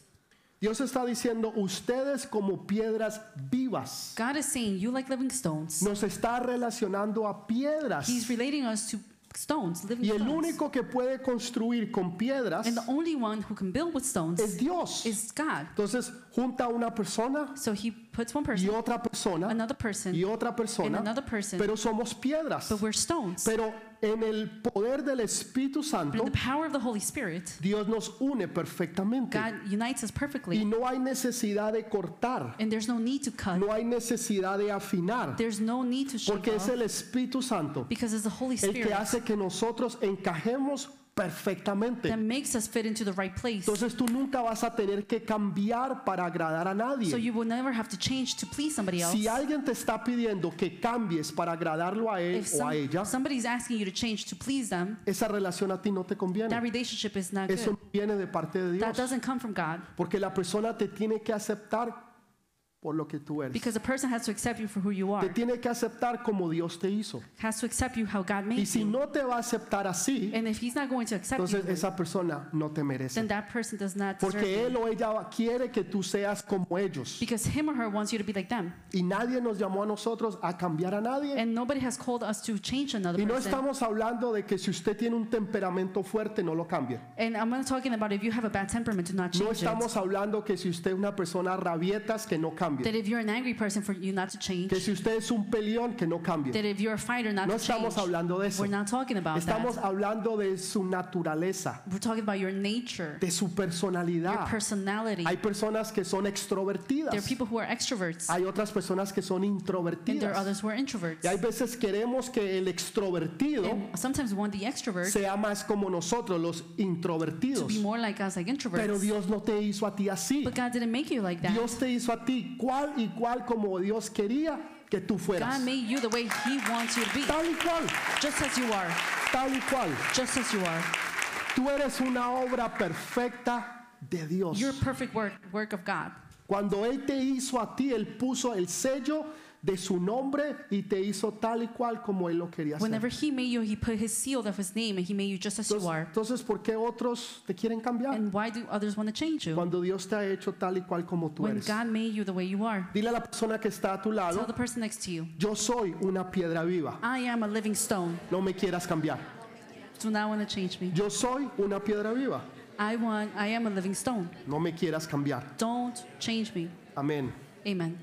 Speaker 1: Dios está diciendo, ustedes como piedras vivas,
Speaker 2: God is saying, You like living stones.
Speaker 1: nos está relacionando a piedras.
Speaker 2: He's relating us to stones, living
Speaker 1: Y el
Speaker 2: stones.
Speaker 1: único que puede construir con piedras
Speaker 2: and the only one who can build with stones
Speaker 1: es Dios.
Speaker 2: is God.
Speaker 1: Entonces junta a una persona
Speaker 2: So he puts one
Speaker 1: y
Speaker 2: person,
Speaker 1: otra persona
Speaker 2: another person,
Speaker 1: y otra
Speaker 2: and
Speaker 1: persona,
Speaker 2: another person,
Speaker 1: pero somos piedras.
Speaker 2: but we're stones.
Speaker 1: Pero en el poder del Espíritu
Speaker 2: but in
Speaker 1: Santo,
Speaker 2: the power of the Holy Spirit,
Speaker 1: Dios nos une perfectamente.
Speaker 2: God unites us perfectly,
Speaker 1: Y no hay necesidad de cortar,
Speaker 2: and there's no need to cut.
Speaker 1: no hay necesidad de afinar,
Speaker 2: There's no need to shake
Speaker 1: porque es
Speaker 2: off,
Speaker 1: el Espíritu Santo
Speaker 2: because it's the Holy
Speaker 1: el
Speaker 2: Spirit
Speaker 1: que hace que nosotros encajemos
Speaker 2: that
Speaker 1: perfectamente.
Speaker 2: makes us fit into the right place.
Speaker 1: Entonces tú nunca vas a tener que cambiar para agradar a
Speaker 2: So
Speaker 1: nadie.
Speaker 2: you will never have to change to please somebody else.
Speaker 1: Si alguien te está pidiendo que cambies para agradarlo a él
Speaker 2: if
Speaker 1: o a
Speaker 2: some-
Speaker 1: ella,
Speaker 2: somebody's asking you to change to please them,
Speaker 1: esa relación a ti no te
Speaker 2: that
Speaker 1: conviene.
Speaker 2: relationship is not
Speaker 1: Eso
Speaker 2: good.
Speaker 1: no viene de parte de
Speaker 2: That
Speaker 1: Dios.
Speaker 2: doesn't come from God
Speaker 1: Porque la persona te tiene que aceptar por lo que tú eres.
Speaker 2: because a person has to accept you for who you
Speaker 1: Te
Speaker 2: are,
Speaker 1: tiene que aceptar como Dios te hizo.
Speaker 2: has to accept you how God
Speaker 1: Y
Speaker 2: made
Speaker 1: si
Speaker 2: you.
Speaker 1: no te va a aceptar así,
Speaker 2: And if he's not going to accept you,
Speaker 1: entonces esa persona no te merece.
Speaker 2: then that person does not deserve
Speaker 1: Porque
Speaker 2: you.
Speaker 1: él o ella quiere que tú seas como ellos.
Speaker 2: Because him or her wants you to be like them.
Speaker 1: Y nadie nos llamó a nosotros a cambiar a nadie.
Speaker 2: And nobody has called us to change another
Speaker 1: Y no
Speaker 2: person.
Speaker 1: estamos hablando de que si usted tiene un temperamento fuerte no lo cambie.
Speaker 2: and I'm not talking about if you have a bad temperament, do not
Speaker 1: No
Speaker 2: change it.
Speaker 1: estamos hablando que si usted es una persona rabietas que no cambie.
Speaker 2: That if you're an angry person, for you not to change.
Speaker 1: Que si usted es un peleón que no cambie.
Speaker 2: That if you're a fighter, not
Speaker 1: No
Speaker 2: to change.
Speaker 1: estamos hablando de eso.
Speaker 2: We're not talking about
Speaker 1: Estamos
Speaker 2: that.
Speaker 1: hablando de su naturaleza,
Speaker 2: We're talking about your nature,
Speaker 1: de su
Speaker 2: your
Speaker 1: personalidad.
Speaker 2: personality.
Speaker 1: Hay personas que son extrovertidas.
Speaker 2: There are people who are extroverts,
Speaker 1: Hay otras personas que son
Speaker 2: and there are
Speaker 1: introvertidas.
Speaker 2: others who are introverts.
Speaker 1: Y hay veces queremos que el extrovertido
Speaker 2: And sometimes we want the extrovert
Speaker 1: sea más como nosotros, los
Speaker 2: to
Speaker 1: introvertidos.
Speaker 2: be more like us, like
Speaker 1: Pero
Speaker 2: introverts.
Speaker 1: Dios no te hizo a ti así.
Speaker 2: But God didn't make you like that.
Speaker 1: Dios te hizo a ti cual y cual como Dios quería que tú fueras.
Speaker 2: God made you the way He wants you to be,
Speaker 1: Tal y cual,
Speaker 2: just as you are,
Speaker 1: tal y cual.
Speaker 2: just as you are.
Speaker 1: Tú eres una obra perfecta de Dios.
Speaker 2: You're a perfect work, work of God.
Speaker 1: Cuando Él te hizo a ti, Él puso el sello de su nombre y te hizo tal y cual como Él lo quería hacer.
Speaker 2: Whenever He made you, He put His seal of His name, and He made you just as you
Speaker 1: Entonces,
Speaker 2: are.
Speaker 1: entonces, ¿por qué otros te quieren cambiar?
Speaker 2: And why do others want to change you
Speaker 1: Cuando Dios te ha hecho tal y cual como tú
Speaker 2: when
Speaker 1: eres.
Speaker 2: God made you the way you are?
Speaker 1: Dile a la persona que está a tu
Speaker 2: Tell
Speaker 1: lado,
Speaker 2: the person next to you,
Speaker 1: yo soy una piedra viva,
Speaker 2: I am a living stone.
Speaker 1: no me quieras cambiar.
Speaker 2: Do not want to change me.
Speaker 1: Yo soy una piedra viva,
Speaker 2: I want. I am a living stone.
Speaker 1: no me quieras cambiar.
Speaker 2: Don't change me.
Speaker 1: Amén.
Speaker 2: Amen.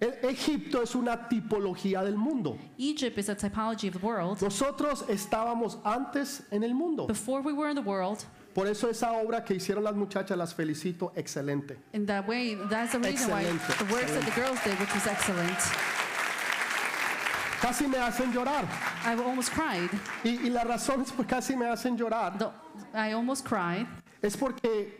Speaker 1: E- Egipto es una tipología del mundo.
Speaker 2: Egypt is a typology of the world.
Speaker 1: Nosotros estábamos antes en el mundo.
Speaker 2: Before we were in the world,
Speaker 1: Por eso esa obra que hicieron las muchachas las felicito, excelente.
Speaker 2: in that way, that's the reason why
Speaker 1: Excelente,
Speaker 2: the works that the
Speaker 1: excelente.
Speaker 2: girls did, which was excellent.
Speaker 1: Casi me hacen llorar.
Speaker 2: I almost cried.
Speaker 1: Y, y la razón es por casi me hacen llorar
Speaker 2: The, I almost cried
Speaker 1: es porque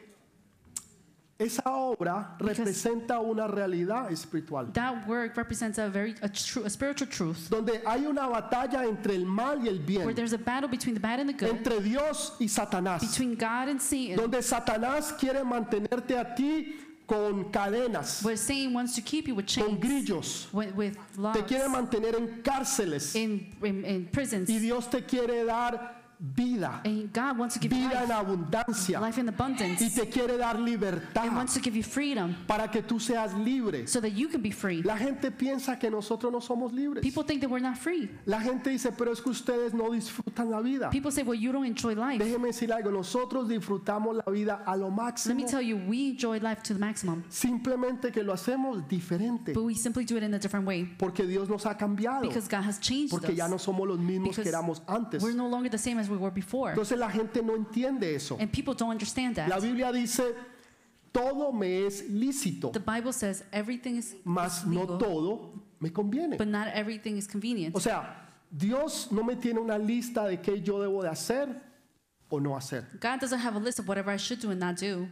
Speaker 1: esa obra representa una realidad espiritual.
Speaker 2: That work represents a very a, true, a spiritual truth
Speaker 1: Donde hay una batalla entre el mal y el
Speaker 2: where
Speaker 1: bien.
Speaker 2: there's a battle between the bad and the good,
Speaker 1: Entre Dios y Satanás.
Speaker 2: between God and Satan,
Speaker 1: donde Satanás quiere mantenerte a ti con cadenas,
Speaker 2: where Satan wants to keep you with
Speaker 1: con
Speaker 2: chains,
Speaker 1: grillos,
Speaker 2: with, with locks,
Speaker 1: te quiere mantener en cárceles
Speaker 2: in, in, in prisons,
Speaker 1: y Dios te quiere dar vida,
Speaker 2: and God wants to give you
Speaker 1: vida en
Speaker 2: life,
Speaker 1: abundancia
Speaker 2: life in
Speaker 1: y
Speaker 2: abundance,
Speaker 1: te quiere dar
Speaker 2: and
Speaker 1: libertad
Speaker 2: wants to give you freedom
Speaker 1: para que tú seas libre.
Speaker 2: so that you can be free.
Speaker 1: La gente piensa que nosotros no somos libres.
Speaker 2: People think that we're not free.
Speaker 1: La gente dice, pero es que ustedes no disfrutan la vida.
Speaker 2: People say, well, you don't enjoy life.
Speaker 1: Déjeme decir algo, nosotros disfrutamos la vida a lo
Speaker 2: Let me
Speaker 1: máximo,
Speaker 2: tell you, we enjoy life to the maximum,
Speaker 1: simplemente que lo hacemos diferente,
Speaker 2: but we simply do it in a different way
Speaker 1: porque Dios nos ha cambiado.
Speaker 2: because God has changed
Speaker 1: porque ya no
Speaker 2: us.
Speaker 1: somos los mismos que
Speaker 2: Because
Speaker 1: éramos antes.
Speaker 2: We're no longer the same as we were before.
Speaker 1: Entonces la gente no entiende eso.
Speaker 2: And people don't understand
Speaker 1: La
Speaker 2: that.
Speaker 1: Biblia dice, todo me es lícito,
Speaker 2: The Bible says everything is
Speaker 1: mas no
Speaker 2: legal,
Speaker 1: todo me conviene.
Speaker 2: but not everything is convenient.
Speaker 1: O sea, Dios no me tiene una lista de qué yo debo de hacer o no hacer,
Speaker 2: God doesn't have a list of whatever I should do and not do.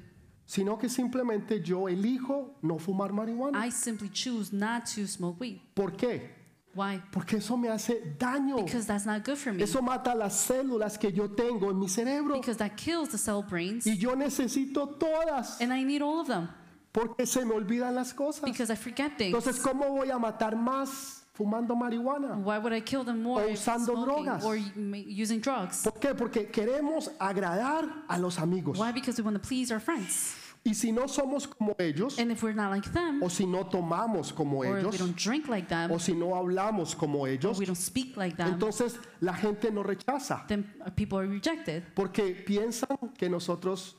Speaker 1: sino que simplemente yo elijo no fumar marihuana.
Speaker 2: I simply choose not to smoke weed.
Speaker 1: ¿Por qué?
Speaker 2: Why?
Speaker 1: Porque eso me hace daño.
Speaker 2: Because that's not good for me.
Speaker 1: Eso mata las células que yo tengo en mi cerebro
Speaker 2: Because that kills the cell brains.
Speaker 1: y yo necesito todas
Speaker 2: And I need all of them
Speaker 1: porque se me olvidan las cosas.
Speaker 2: because I forget things.
Speaker 1: Entonces, ¿cómo voy a matar más fumando marihuana?
Speaker 2: Why would I kill them more
Speaker 1: O
Speaker 2: if
Speaker 1: usando
Speaker 2: smoking
Speaker 1: drogas.
Speaker 2: or u- ma- using drugs?
Speaker 1: ¿Por qué? Porque queremos agradar a los amigos.
Speaker 2: Why? Because we want to please our friends.
Speaker 1: Y si no somos como ellos,
Speaker 2: And if we're not like them,
Speaker 1: o si no tomamos como
Speaker 2: or if we
Speaker 1: ellos,
Speaker 2: don't drink like them,
Speaker 1: o si no hablamos como
Speaker 2: or
Speaker 1: ellos,
Speaker 2: we don't speak like them,
Speaker 1: entonces la gente nos rechaza
Speaker 2: then uh, people are rejected
Speaker 1: porque piensan que nosotros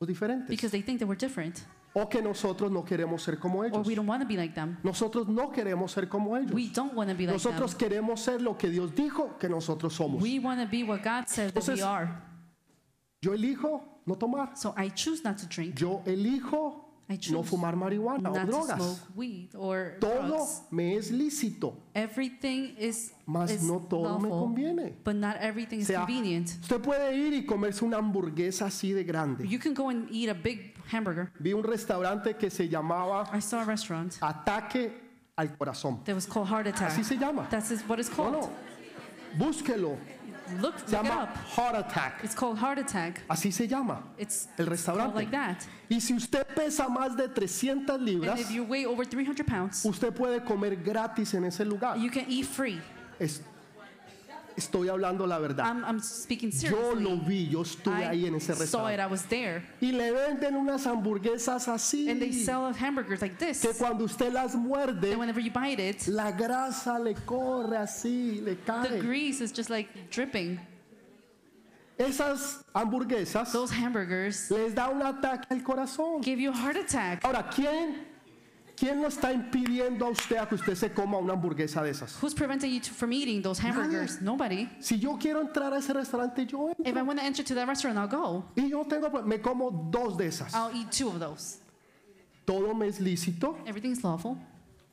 Speaker 1: somos diferentes
Speaker 2: because they think that we're different
Speaker 1: o que nosotros no queremos ser como
Speaker 2: or
Speaker 1: ellos.
Speaker 2: we don't want to be like them.
Speaker 1: Nosotros no queremos ser como ellos.
Speaker 2: We don't want to be like them.
Speaker 1: Nosotros queremos ser lo que Dios dijo que nosotros somos.
Speaker 2: We want to be what God says that we
Speaker 1: Entonces-
Speaker 2: are.
Speaker 1: Yo elijo no tomar.
Speaker 2: So I choose not to drink,
Speaker 1: Yo elijo
Speaker 2: I choose
Speaker 1: no fumar marihuana o
Speaker 2: not to smoke
Speaker 1: drogas.
Speaker 2: weed or
Speaker 1: Todo
Speaker 2: drugs.
Speaker 1: me es lícito,
Speaker 2: Everything is,
Speaker 1: mas
Speaker 2: is
Speaker 1: no todo me
Speaker 2: lawful,
Speaker 1: conviene.
Speaker 2: but not
Speaker 1: O
Speaker 2: everything is
Speaker 1: sea,
Speaker 2: convenient.
Speaker 1: usted puede ir y comerse una hamburguesa así de grande.
Speaker 2: You can go and eat a big hamburger.
Speaker 1: Vi un restaurante que se llamaba
Speaker 2: I saw a restaurant
Speaker 1: Ataque al Corazón.
Speaker 2: that was called Heart
Speaker 1: Así
Speaker 2: Attack.
Speaker 1: se llama.
Speaker 2: That's is- what it's
Speaker 1: No,
Speaker 2: called.
Speaker 1: no. Búsquelo.
Speaker 2: Look,
Speaker 1: Se
Speaker 2: look it
Speaker 1: llama
Speaker 2: up.
Speaker 1: Heart Attack.
Speaker 2: It's called Heart Attack.
Speaker 1: Así se llama.
Speaker 2: It's
Speaker 1: El
Speaker 2: it's called
Speaker 1: restaurante.
Speaker 2: like that.
Speaker 1: Y si usted pesa más de 300
Speaker 2: And
Speaker 1: libras,
Speaker 2: if you weigh over 300 pounds,
Speaker 1: usted puede comer gratis en ese lugar.
Speaker 2: you can eat free.
Speaker 1: Es- estoy hablando la verdad.
Speaker 2: I'm, I'm speaking
Speaker 1: Yo
Speaker 2: seriously.
Speaker 1: lo vi, yo estuve ahí en
Speaker 2: I
Speaker 1: ese
Speaker 2: saw it.
Speaker 1: restaurante.
Speaker 2: I was there.
Speaker 1: Y le venden unas hamburguesas así.
Speaker 2: And they
Speaker 1: Que
Speaker 2: sell hamburgers like this.
Speaker 1: cuando usted las
Speaker 2: And
Speaker 1: muerde,
Speaker 2: whenever you bite it,
Speaker 1: la grasa le corre así, le
Speaker 2: the
Speaker 1: cae.
Speaker 2: grease is just like dripping.
Speaker 1: Esas hamburguesas
Speaker 2: Those hamburgers
Speaker 1: les da un ataque al corazón.
Speaker 2: give you a heart attack.
Speaker 1: Ahora, ¿quién, quién lo está impidiendo a usted a que usted se coma una hamburguesa de esas?
Speaker 2: Who's preventing you to, from eating those hamburgers? Nobody.
Speaker 1: Si yo quiero entrar a ese restaurante, yo entro.
Speaker 2: If I want to enter to that restaurant, I'll go.
Speaker 1: Y yo no tengo, pro- me como dos de esas.
Speaker 2: I'll eat two of those.
Speaker 1: Todo me es lícito,
Speaker 2: Everything's lawful,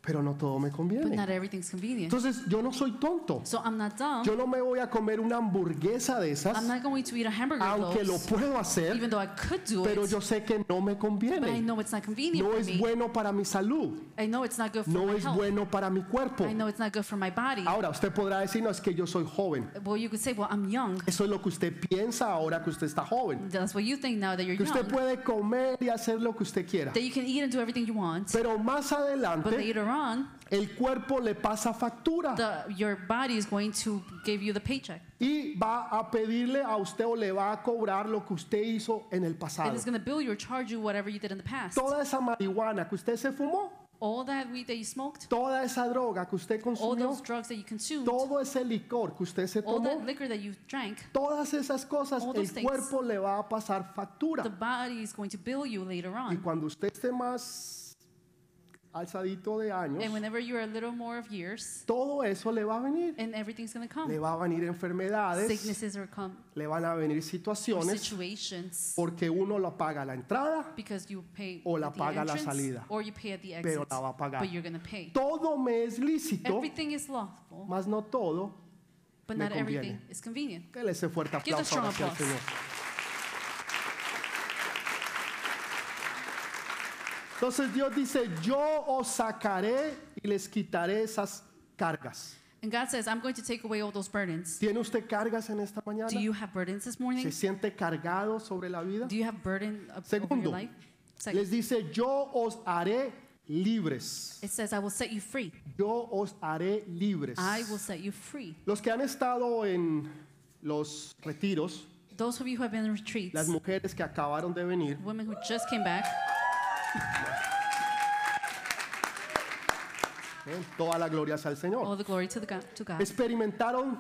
Speaker 1: pero no todo me
Speaker 2: but
Speaker 1: conviene.
Speaker 2: not everything's convenient.
Speaker 1: Entonces, yo no soy tonto.
Speaker 2: So I'm not dumb.
Speaker 1: Yo no me voy a comer una hamburguesa de
Speaker 2: I'm
Speaker 1: esas,
Speaker 2: not going to eat a hamburger of
Speaker 1: aunque lo
Speaker 2: those,
Speaker 1: puedo hacer,
Speaker 2: even though I could do
Speaker 1: pero
Speaker 2: it.
Speaker 1: yo sé que no me
Speaker 2: But I
Speaker 1: conviene.
Speaker 2: know it's not convenient
Speaker 1: No
Speaker 2: for
Speaker 1: es
Speaker 2: me.
Speaker 1: bueno para mi salud,
Speaker 2: I know it's not good for
Speaker 1: no
Speaker 2: my
Speaker 1: es
Speaker 2: health.
Speaker 1: bueno para mi cuerpo.
Speaker 2: I know it's not good for my body.
Speaker 1: Ahora, usted podrá decir, no, es que yo soy joven.
Speaker 2: Well, you could say, well, I'm young.
Speaker 1: Eso es lo que usted piensa ahora que usted está joven.
Speaker 2: That's what you think now that you're
Speaker 1: Que usted
Speaker 2: young.
Speaker 1: puede comer y hacer lo que usted quiera.
Speaker 2: That you can eat and do everything you want.
Speaker 1: Pero más
Speaker 2: But
Speaker 1: adelante,
Speaker 2: later on,
Speaker 1: el cuerpo le pasa factura
Speaker 2: the, your body is going to give you the paycheck.
Speaker 1: y va a pedirle a usted o le va a cobrar lo que usted hizo en el
Speaker 2: And
Speaker 1: pasado.
Speaker 2: it's going to bill you or charge you whatever you did in the past.
Speaker 1: Toda esa marihuana que usted se fumó,
Speaker 2: All that weed that you smoked,
Speaker 1: toda esa droga que usted
Speaker 2: all
Speaker 1: consumió,
Speaker 2: those drugs that you consumed,
Speaker 1: todo ese licor que usted se
Speaker 2: all that
Speaker 1: tomó,
Speaker 2: liquor that you drank,
Speaker 1: todas esas cosas,
Speaker 2: All those
Speaker 1: el
Speaker 2: things.
Speaker 1: cuerpo le va a pasar
Speaker 2: the
Speaker 1: factura.
Speaker 2: body is going to bill you later
Speaker 1: Y
Speaker 2: on.
Speaker 1: cuando usted esté más alzadito de años,
Speaker 2: And whenever you are a little more of years,
Speaker 1: todo eso le va a venir.
Speaker 2: and everything's going to
Speaker 1: Le
Speaker 2: come.
Speaker 1: van a venir enfermedades,
Speaker 2: Sicknesses will come,
Speaker 1: le van a venir
Speaker 2: or
Speaker 1: situaciones
Speaker 2: situations,
Speaker 1: porque uno lo paga a la entrada,
Speaker 2: because you pay
Speaker 1: O la
Speaker 2: at the
Speaker 1: paga la
Speaker 2: entrance,
Speaker 1: salida.
Speaker 2: or you pay at the exit,
Speaker 1: pero la va a pagar.
Speaker 2: but you're going to pay.
Speaker 1: Todo me es lícito,
Speaker 2: Everything is lawful,
Speaker 1: mas no todo.
Speaker 2: but
Speaker 1: me
Speaker 2: not everything
Speaker 1: conviene.
Speaker 2: is convenient.
Speaker 1: Dele ese fuerte
Speaker 2: Give a
Speaker 1: aplauso
Speaker 2: strong
Speaker 1: ahora sí al
Speaker 2: applause.
Speaker 1: Señor. Entonces Dios dice, yo os sacaré y les quitaré esas cargas.
Speaker 2: And God says, I'm going to take away all those burdens.
Speaker 1: ¿Tiene usted cargas en esta mañana?
Speaker 2: Do you have burdens this
Speaker 1: ¿Se
Speaker 2: morning?
Speaker 1: siente cargado sobre la vida?
Speaker 2: Do you have burden of over
Speaker 1: Segundo,
Speaker 2: your life? Second,
Speaker 1: Les dice, yo os haré libres.
Speaker 2: it says, I will set you free.
Speaker 1: Yo os haré libres.
Speaker 2: I will set you free.
Speaker 1: Los que han estado en los retiros,
Speaker 2: Those of you who have been in retreats,
Speaker 1: las mujeres que acabaron de venir,
Speaker 2: women who just came back,
Speaker 1: ¿eh? toda la gloria sea al Señor.
Speaker 2: all the glory to, the God, to God.
Speaker 1: experimentaron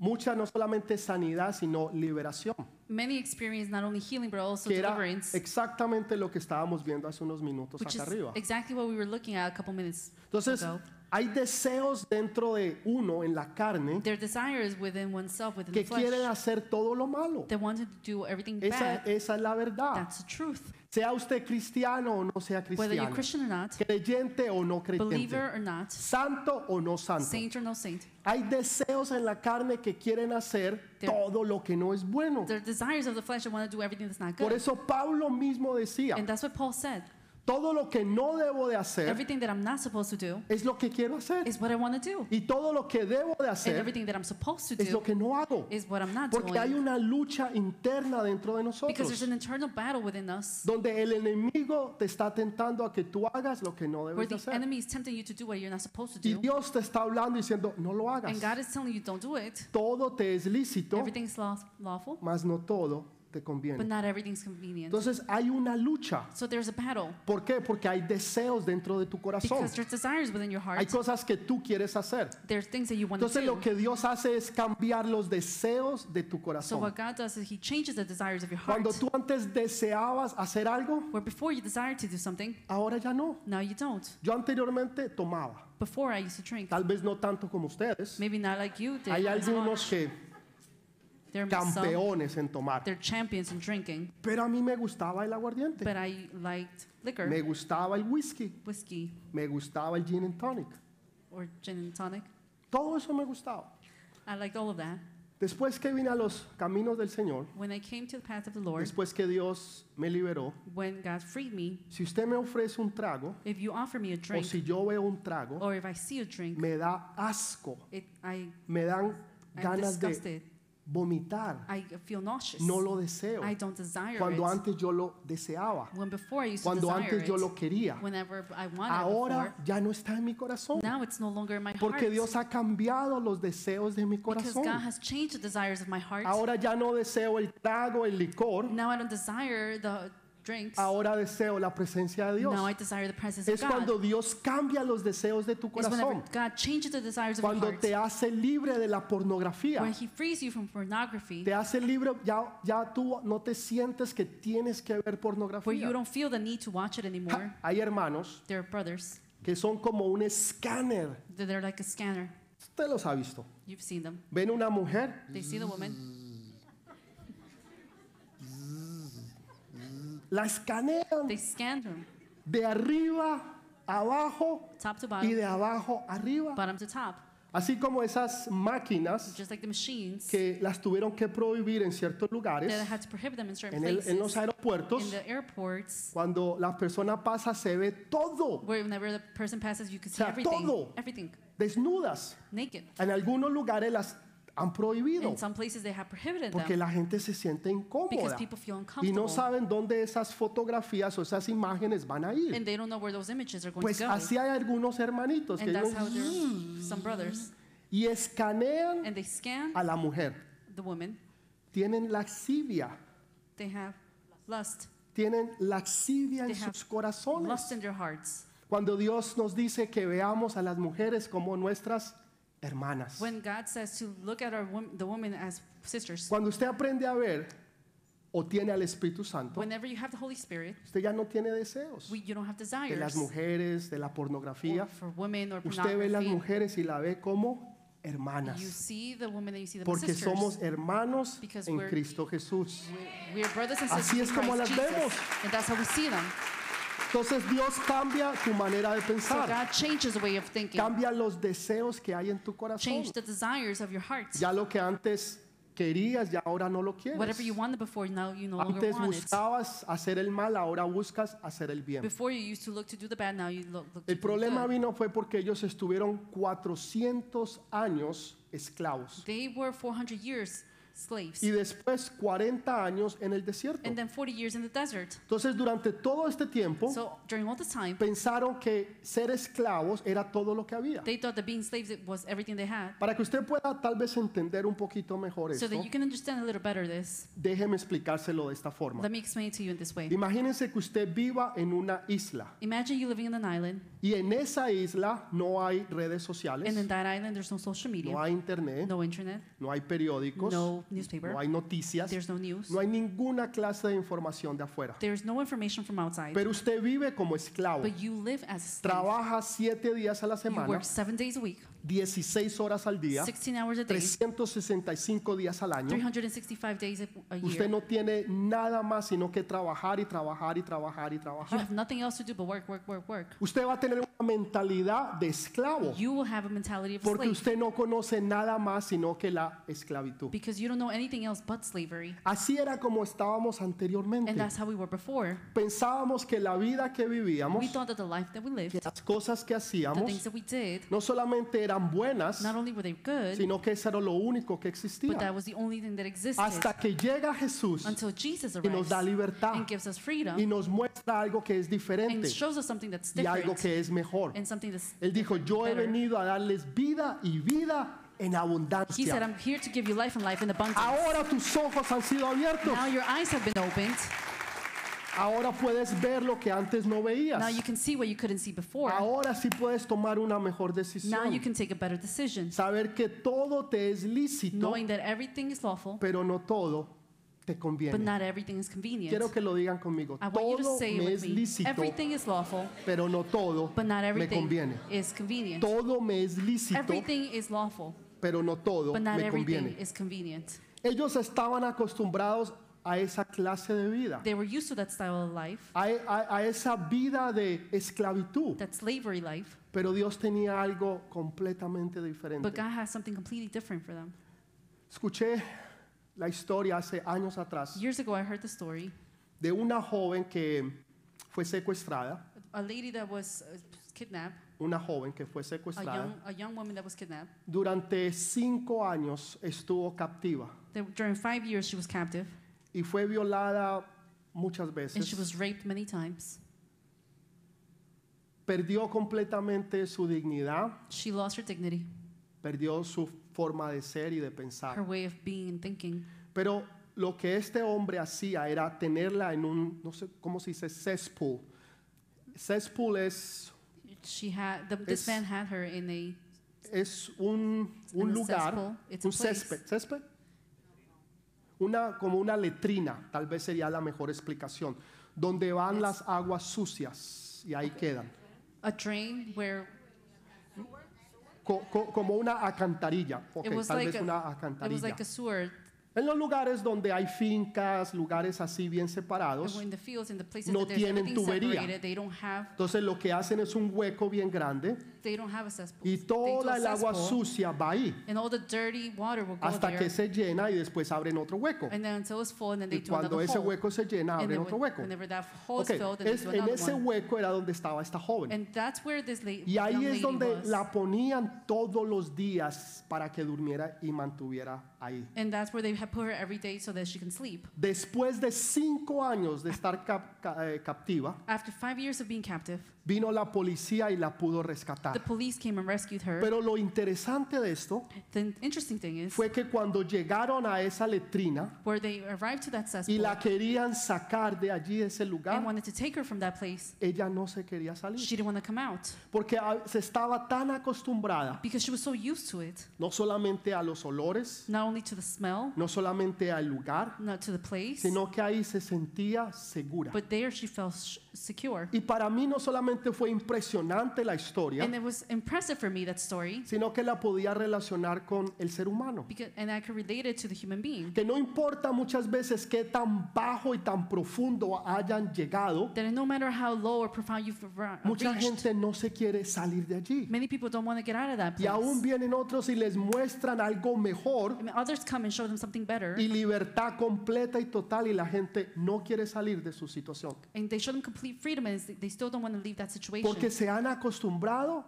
Speaker 1: mucha no solamente sanidad, sino liberación,
Speaker 2: Many experience not only healing but also
Speaker 1: que era
Speaker 2: deliverance,
Speaker 1: exactamente lo que estábamos viendo hace unos minutos
Speaker 2: which
Speaker 1: acá
Speaker 2: is
Speaker 1: arriba.
Speaker 2: exactly what we were looking at a couple minutes
Speaker 1: Entonces,
Speaker 2: ago.
Speaker 1: hay deseos dentro de uno en la carne
Speaker 2: Their desires within oneself, within the
Speaker 1: que
Speaker 2: flesh,
Speaker 1: quieren hacer todo lo malo.
Speaker 2: they wanted to do everything
Speaker 1: Esa,
Speaker 2: bad.
Speaker 1: esa es la verdad.
Speaker 2: That's the truth.
Speaker 1: Sea usted cristiano o no sea
Speaker 2: Whether you're
Speaker 1: cristiano,
Speaker 2: Christian or not,
Speaker 1: creyente o no creyente,
Speaker 2: believer or not,
Speaker 1: santo o no santo.
Speaker 2: saint or no saint,
Speaker 1: Hay deseos en la carne que quieren hacer
Speaker 2: There-
Speaker 1: todo lo que no es bueno.
Speaker 2: their desires of the flesh, they want to do everything that's not
Speaker 1: Por
Speaker 2: good.
Speaker 1: eso Pablo mismo decía,
Speaker 2: And that's what Paul said.
Speaker 1: Todo lo que no debo de hacer
Speaker 2: Everything that I'm not supposed to do
Speaker 1: es lo que quiero hacer.
Speaker 2: is what I want to do.
Speaker 1: Y todo lo que debo de
Speaker 2: And
Speaker 1: hacer
Speaker 2: everything that I'm supposed to
Speaker 1: eh. es
Speaker 2: do
Speaker 1: lo que no hago.
Speaker 2: is what I'm not
Speaker 1: Porque hay
Speaker 2: doing.
Speaker 1: una lucha interna dentro de
Speaker 2: Because there's
Speaker 1: nosotros
Speaker 2: an internal battle within us
Speaker 1: donde el enemigo te está tentando a que tú hagas lo que no
Speaker 2: where
Speaker 1: debes de
Speaker 2: the
Speaker 1: hacer.
Speaker 2: enemy is tempting you to do what you're not supposed to
Speaker 1: Y
Speaker 2: do.
Speaker 1: Dios te está hablando diciendo, no lo hagas.
Speaker 2: And God is telling you don't do it.
Speaker 1: Todo te es lícito,
Speaker 2: Everything's law- lawful,
Speaker 1: mas no todo te
Speaker 2: but
Speaker 1: conviene.
Speaker 2: not everything's convenient.
Speaker 1: Entonces hay una lucha.
Speaker 2: So there's a battle
Speaker 1: ¿Por qué? Porque hay deseos dentro de tu corazón.
Speaker 2: because there's desires within your
Speaker 1: Hay
Speaker 2: heart.
Speaker 1: cosas que tú quieres hacer.
Speaker 2: There's things that you want to
Speaker 1: Entonces lo
Speaker 2: do.
Speaker 1: que Dios hace es cambiar los deseos de tu
Speaker 2: So
Speaker 1: corazón.
Speaker 2: what God does is He changes the desires of your heart.
Speaker 1: Cuando tú antes deseabas hacer algo,
Speaker 2: Where before you desired to do something,
Speaker 1: ahora ya no.
Speaker 2: now you don't.
Speaker 1: Yo anteriormente tomaba,
Speaker 2: Before I used to drink.
Speaker 1: tal vez no tanto como ustedes.
Speaker 2: Maybe not like you did.
Speaker 1: Hay
Speaker 2: as much.
Speaker 1: algunos que
Speaker 2: There are some,
Speaker 1: campeones en tomar,
Speaker 2: they're champions in drinking,
Speaker 1: pero a mí me gustaba el aguardiente,
Speaker 2: but I liked
Speaker 1: me
Speaker 2: liquor,
Speaker 1: gustaba el whisky,
Speaker 2: whiskey,
Speaker 1: me gustaba el gin and tonic.
Speaker 2: or gin and tonic.
Speaker 1: Todo eso me gustaba.
Speaker 2: I liked all of that.
Speaker 1: Después que vine a los caminos del Señor,
Speaker 2: When I came to the path of the Lord,
Speaker 1: después que Dios me liberó,
Speaker 2: when God freed me,
Speaker 1: si usted me ofrece un trago
Speaker 2: if you offer me a
Speaker 1: o
Speaker 2: drink,
Speaker 1: si yo veo un trago,
Speaker 2: or if I see a drink,
Speaker 1: me da asco,
Speaker 2: it, I,
Speaker 1: me dan
Speaker 2: I'm
Speaker 1: ganas de
Speaker 2: disgusted.
Speaker 1: vomitar.
Speaker 2: I feel nauseous.
Speaker 1: No lo deseo.
Speaker 2: I don't desire
Speaker 1: Cuando
Speaker 2: it.
Speaker 1: antes yo lo deseaba,
Speaker 2: When before I used to
Speaker 1: cuando
Speaker 2: desire
Speaker 1: antes yo
Speaker 2: it,
Speaker 1: lo quería.
Speaker 2: whenever I wanted
Speaker 1: Ahora
Speaker 2: it
Speaker 1: ya no está en mi corazón,
Speaker 2: before, now it's no longer in my heart.
Speaker 1: porque Dios ha cambiado los deseos de mi
Speaker 2: because God
Speaker 1: corazón.
Speaker 2: has changed the desires of my heart.
Speaker 1: Ahora ya no deseo el trago, el licor,
Speaker 2: Now I don't desire the drinks.
Speaker 1: ahora deseo la presencia de Dios.
Speaker 2: Now I desire the presence of
Speaker 1: Es
Speaker 2: God.
Speaker 1: cuando Dios cambia los deseos de tu
Speaker 2: It's whenever
Speaker 1: corazón,
Speaker 2: God changes the desires of your
Speaker 1: cuando
Speaker 2: heart.
Speaker 1: te hace libre de la pornografía.
Speaker 2: When He frees you from pornography,
Speaker 1: Te hace libre, ya, ya tú no te sientes que tienes que ver
Speaker 2: where you
Speaker 1: pornografía.
Speaker 2: don't feel the need to watch it anymore.
Speaker 1: Ja, Hay hermanos
Speaker 2: They're brothers.
Speaker 1: que son como un escáner.
Speaker 2: They're they're like a scanner.
Speaker 1: Usted los ha visto.
Speaker 2: You've seen them.
Speaker 1: Ven una mujer,
Speaker 2: They see the woman,
Speaker 1: la escanean
Speaker 2: they scan them,
Speaker 1: de arriba a abajo
Speaker 2: top to
Speaker 1: y
Speaker 2: bottom,
Speaker 1: de abajo arriba.
Speaker 2: bottom to top,
Speaker 1: Así como esas máquinas
Speaker 2: just like the machines
Speaker 1: que las tuvieron que prohibir en ciertos
Speaker 2: that
Speaker 1: lugares,
Speaker 2: had to prohibit them in certain
Speaker 1: en, el- en los
Speaker 2: places, in
Speaker 1: aeropuertos,
Speaker 2: the airports,
Speaker 1: cuando la persona pasa se ve todo,
Speaker 2: where whenever the person passes, you could see
Speaker 1: sea,
Speaker 2: everything,
Speaker 1: todo.
Speaker 2: everything,
Speaker 1: desnudas.
Speaker 2: naked.
Speaker 1: En algunos lugares las han prohibido
Speaker 2: In some places, they have prohibited
Speaker 1: porque
Speaker 2: them
Speaker 1: la gente se siente
Speaker 2: because
Speaker 1: incómoda
Speaker 2: people feel
Speaker 1: y
Speaker 2: uncomfortable
Speaker 1: no saben dónde esas fotografías o esas imágenes van a ir.
Speaker 2: and they don't know where those images are going
Speaker 1: Pues
Speaker 2: to go.
Speaker 1: así hay algunos hermanitos que
Speaker 2: and that's
Speaker 1: ellos
Speaker 2: how there's some brothers
Speaker 1: y escanean
Speaker 2: and they scan
Speaker 1: a la mujer.
Speaker 2: the woman
Speaker 1: Tienen lascivia,
Speaker 2: they have lust
Speaker 1: tienen lascivia en
Speaker 2: They have
Speaker 1: sus corazones.
Speaker 2: lust in their hearts
Speaker 1: Cuando Dios nos dice que veamos a las mujeres como nuestras hermanas.
Speaker 2: when god says to look at our wom- the woman as sisters
Speaker 1: Cuando usted aprende a ver o tiene al Espíritu Santo,
Speaker 2: Whenever you have the Holy Spirit,
Speaker 1: usted ya no tiene deseos
Speaker 2: we, you don't have
Speaker 1: de
Speaker 2: desires
Speaker 1: las mujeres, de la
Speaker 2: or
Speaker 1: pornografía.
Speaker 2: for women or
Speaker 1: Usted ve las
Speaker 2: pornography.
Speaker 1: mujeres y la ve como
Speaker 2: You
Speaker 1: hermanas,
Speaker 2: see the woman and you see the
Speaker 1: porque
Speaker 2: sisters.
Speaker 1: somos hermanos
Speaker 2: Because
Speaker 1: en
Speaker 2: we're-
Speaker 1: Cristo Jesús.
Speaker 2: We're- we're brothers and
Speaker 1: Así
Speaker 2: sisters
Speaker 1: es
Speaker 2: in
Speaker 1: como las
Speaker 2: Christ Jesus,
Speaker 1: vemos.
Speaker 2: And that's how we see them.
Speaker 1: Entonces Dios cambia tu manera de
Speaker 2: So
Speaker 1: pensar,
Speaker 2: God changes the way of thinking.
Speaker 1: cambia los deseos que hay en tu corazón.
Speaker 2: Change the desires of your heart.
Speaker 1: Ya lo que antes querías, ya ahora no lo quieres.
Speaker 2: Whatever you wanted before, now you no longer
Speaker 1: Antes
Speaker 2: want it.
Speaker 1: buscabas hacer el mal, ahora buscas hacer el bien.
Speaker 2: Before you used to look to do the bad, now you look, look to
Speaker 1: El
Speaker 2: do the
Speaker 1: problema
Speaker 2: good.
Speaker 1: vino fue porque ellos estuvieron 400 años esclavos
Speaker 2: They were 400 years slaves
Speaker 1: y después 40 años en el desierto.
Speaker 2: and then 40 years in the desert.
Speaker 1: Entonces durante todo este tiempo
Speaker 2: So during all this time,
Speaker 1: pensaron que ser esclavos era todo lo que había.
Speaker 2: they thought that being slaves it was everything they had.
Speaker 1: Para que usted pueda tal vez entender un poquito mejor
Speaker 2: So
Speaker 1: esto,
Speaker 2: that you can understand a little better this,
Speaker 1: déjeme explicárselo de esta forma.
Speaker 2: let me explain it to you in this way.
Speaker 1: Imagínense que usted viva en una isla
Speaker 2: Imagine you living in an island,
Speaker 1: y en esa isla no hay redes
Speaker 2: and in
Speaker 1: sociales,
Speaker 2: that island there's no social media,
Speaker 1: no hay internet,
Speaker 2: no internet,
Speaker 1: no hay periódicos,
Speaker 2: no newspaper,
Speaker 1: no hay noticias,
Speaker 2: there's no news,
Speaker 1: no hay ninguna clase de información de afuera.
Speaker 2: there's no information from outside.
Speaker 1: Pero usted vive como esclavo,
Speaker 2: But you live as a slave.
Speaker 1: trabaja siete días a la
Speaker 2: You
Speaker 1: semana,
Speaker 2: work seven days a week,
Speaker 1: 16 horas al día,
Speaker 2: 16 hours a day,
Speaker 1: 365 días al año.
Speaker 2: 365 days a, a
Speaker 1: Usted
Speaker 2: year.
Speaker 1: no tiene nada más sino que trabajar y trabajar y trabajar y
Speaker 2: You
Speaker 1: trabajar.
Speaker 2: have nothing else to do but work, work, work, work.
Speaker 1: Usted va a tener una mentalidad de esclavo
Speaker 2: You will have a mentality of a
Speaker 1: porque
Speaker 2: slave
Speaker 1: usted no conoce nada más sino que la esclavitud.
Speaker 2: because you don't know anything else but slavery.
Speaker 1: Así era como estábamos anteriormente.
Speaker 2: And that's how we were before.
Speaker 1: Pensábamos que la vida que
Speaker 2: We
Speaker 1: vivíamos,
Speaker 2: thought that the life that we
Speaker 1: que
Speaker 2: lived,
Speaker 1: las cosas que
Speaker 2: the things
Speaker 1: hacíamos,
Speaker 2: that we did,
Speaker 1: no solamente eran buenas,
Speaker 2: not only were they good,
Speaker 1: sino que eso era lo único que
Speaker 2: but that
Speaker 1: existía.
Speaker 2: was the only thing that existed
Speaker 1: Hasta que llega Jesús
Speaker 2: until Jesus
Speaker 1: y nos
Speaker 2: arrives
Speaker 1: da libertad
Speaker 2: and gives us
Speaker 1: y
Speaker 2: freedom
Speaker 1: nos muestra algo que es
Speaker 2: and
Speaker 1: diferente
Speaker 2: shows us something that's
Speaker 1: Ah, y algo
Speaker 2: different
Speaker 1: que es mejor.
Speaker 2: and something that's
Speaker 1: Él dijo, yo he
Speaker 2: better.
Speaker 1: venido a darles vida y vida en
Speaker 2: He said,
Speaker 1: abundancia.
Speaker 2: I'm here to give you life and life in abundance.
Speaker 1: Ahora tus ojos han sido abiertos.
Speaker 2: Now your eyes have been opened.
Speaker 1: Ahora puedes ver lo que antes no
Speaker 2: Now you
Speaker 1: veías.
Speaker 2: can see what you couldn't see before.
Speaker 1: Ahora sí puedes tomar una mejor
Speaker 2: Now you
Speaker 1: decisión.
Speaker 2: can take a better decision,
Speaker 1: Saber que todo te es lícito,
Speaker 2: knowing that everything is lawful,
Speaker 1: pero no todo te
Speaker 2: but
Speaker 1: conviene.
Speaker 2: not everything is
Speaker 1: Quiero
Speaker 2: convenient.
Speaker 1: que lo digan conmigo.
Speaker 2: I want you to
Speaker 1: Todo
Speaker 2: say
Speaker 1: me
Speaker 2: with
Speaker 1: es
Speaker 2: me,
Speaker 1: lícito,
Speaker 2: everything is lawful,
Speaker 1: pero no todo
Speaker 2: but not
Speaker 1: me
Speaker 2: everything
Speaker 1: conviene.
Speaker 2: is convenient.
Speaker 1: Todo me es lícito,
Speaker 2: Everything is lawful,
Speaker 1: pero no todo
Speaker 2: but not
Speaker 1: me
Speaker 2: everything
Speaker 1: conviene.
Speaker 2: is convenient.
Speaker 1: Ellos estaban acostumbrados a esa clase de vida,
Speaker 2: They were used to that style of life,
Speaker 1: a, a- a esa vida de esclavitud,
Speaker 2: that slavery life,
Speaker 1: pero Dios tenía algo completamente
Speaker 2: but
Speaker 1: diferente.
Speaker 2: God has something completely different for them.
Speaker 1: Escuché la historia hace años atrás
Speaker 2: Years ago, I heard the story.
Speaker 1: de una joven que fue secuestrada,
Speaker 2: A lady that was uh, kidnapped,
Speaker 1: una joven que fue
Speaker 2: a young,
Speaker 1: secuestrada,
Speaker 2: a young woman that was kidnapped.
Speaker 1: durante cinco años estuvo captiva
Speaker 2: That during five years, she was captive,
Speaker 1: y fue violada muchas
Speaker 2: and she
Speaker 1: veces.
Speaker 2: was raped many times.
Speaker 1: perdió completamente su dignidad,
Speaker 2: She lost her dignity,
Speaker 1: perdió su forma de ser y de
Speaker 2: her
Speaker 1: pensar.
Speaker 2: way of being and thinking.
Speaker 1: Pero lo que este hombre hacía era tenerla en un, no sé cómo se dice, cesspool. Cesspool es,
Speaker 2: She had the,
Speaker 1: Es-
Speaker 2: this man had her in a
Speaker 1: es un, un
Speaker 2: In a
Speaker 1: lugar,
Speaker 2: cesspool, it's a
Speaker 1: un
Speaker 2: place.
Speaker 1: césped, césped. Una, como una letrina, tal vez sería la mejor explicación, donde van
Speaker 2: Yes.
Speaker 1: las aguas sucias y ahí quedan,
Speaker 2: a drain where
Speaker 1: Co- co- como una alcantarilla, Ok,
Speaker 2: it was
Speaker 1: tal
Speaker 2: like
Speaker 1: vez una
Speaker 2: a, it was
Speaker 1: alcantarilla.
Speaker 2: like a sewer
Speaker 1: En los lugares donde hay fincas, lugares así bien
Speaker 2: and
Speaker 1: separados,
Speaker 2: in the fields in the places
Speaker 1: No
Speaker 2: that there's
Speaker 1: tienen
Speaker 2: everything
Speaker 1: tubería.
Speaker 2: separated. They don't have
Speaker 1: entonces lo que hacen es un hueco bien grande
Speaker 2: they don't have a cesspool.
Speaker 1: y
Speaker 2: They do a
Speaker 1: toda el agua
Speaker 2: cesspool,
Speaker 1: sucia va ahí
Speaker 2: and all the dirty water will go
Speaker 1: hasta
Speaker 2: there
Speaker 1: que se llena y después abren otro hueco.
Speaker 2: and then until it's full and then they
Speaker 1: Y
Speaker 2: do
Speaker 1: cuando
Speaker 2: another
Speaker 1: ese
Speaker 2: hole.
Speaker 1: hueco se llena,
Speaker 2: and
Speaker 1: abren
Speaker 2: then
Speaker 1: otro
Speaker 2: when-
Speaker 1: hueco.
Speaker 2: whenever that hole
Speaker 1: Ok,
Speaker 2: is filled, then
Speaker 1: es-
Speaker 2: they do
Speaker 1: en
Speaker 2: another
Speaker 1: ese
Speaker 2: one.
Speaker 1: hueco era donde estaba esta joven.
Speaker 2: And that's where this lady,
Speaker 1: Y ahí es
Speaker 2: young lady
Speaker 1: donde
Speaker 2: was.
Speaker 1: la ponían todos los días para que durmiera y mantuviera ahí.
Speaker 2: and that's where they have put her every day so that she can sleep.
Speaker 1: Después de cinco años de estar cap- ca- eh, captiva,
Speaker 2: After five years of being captive,
Speaker 1: vino la policía y la pudo
Speaker 2: the
Speaker 1: rescatar.
Speaker 2: police came and rescued her.
Speaker 1: Pero lo interesante de esto
Speaker 2: The interesting thing is
Speaker 1: fue que cuando llegaron a esa letrina
Speaker 2: where they arrived to that
Speaker 1: y
Speaker 2: cesspool
Speaker 1: la querían sacar de allí, de ese
Speaker 2: and
Speaker 1: lugar,
Speaker 2: wanted to take her from that place,
Speaker 1: ella no se quería
Speaker 2: she
Speaker 1: salir
Speaker 2: didn't want to come out
Speaker 1: porque a- se estaba tan acostumbrada
Speaker 2: because she was so used to it,
Speaker 1: no solamente a los olores,
Speaker 2: not only to the smell,
Speaker 1: no solamente al lugar,
Speaker 2: not to the place,
Speaker 1: sino que ahí se sentía segura.
Speaker 2: but there she felt sh- secure.
Speaker 1: Y para mí no solamente fue impresionante la historia,
Speaker 2: And it was impressive for me, that story,
Speaker 1: sino que la podía relacionar con el ser humano.
Speaker 2: because, and I could relate it to the human being.
Speaker 1: Que no importa muchas veces qué tan bajo y tan profundo hayan llegado,
Speaker 2: That no matter how low or profound you've ra-
Speaker 1: mucha
Speaker 2: reached,
Speaker 1: gente no se quiere salir de allí.
Speaker 2: many people don't want to get out of that
Speaker 1: Y
Speaker 2: place.
Speaker 1: aún vienen otros y les muestran algo mejor
Speaker 2: I mean, others come and show them something better,
Speaker 1: y libertad completa y total y la gente no quiere salir de su situación.
Speaker 2: and they show them complete freedom, and they- they still don't want to leave that situation
Speaker 1: Porque se han acostumbrado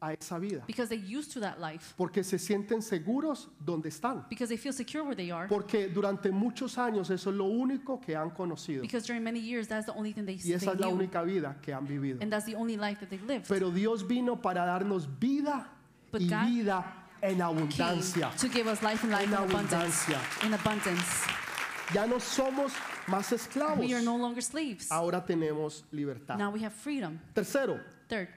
Speaker 1: a esa vida.
Speaker 2: because they're used to that life,
Speaker 1: Porque se sienten seguros donde están.
Speaker 2: because they feel secure where they are,
Speaker 1: Porque durante muchos años eso es lo único que han conocido.
Speaker 2: because during many years that's the only thing they,
Speaker 1: Y
Speaker 2: they
Speaker 1: esa es la
Speaker 2: knew,
Speaker 1: única vida que han vivido.
Speaker 2: and that's the only life that they lived.
Speaker 1: Pero Dios vino para darnos vida
Speaker 2: But
Speaker 1: y
Speaker 2: God
Speaker 1: vida en
Speaker 2: came
Speaker 1: abundancia.
Speaker 2: to give us life and life
Speaker 1: En
Speaker 2: in abundance.
Speaker 1: abundancia.
Speaker 2: In abundance,
Speaker 1: Ya no somos más esclavos.
Speaker 2: we are no longer slaves.
Speaker 1: Ahora tenemos libertad.
Speaker 2: Now we have freedom.
Speaker 1: Tercero,
Speaker 2: Third,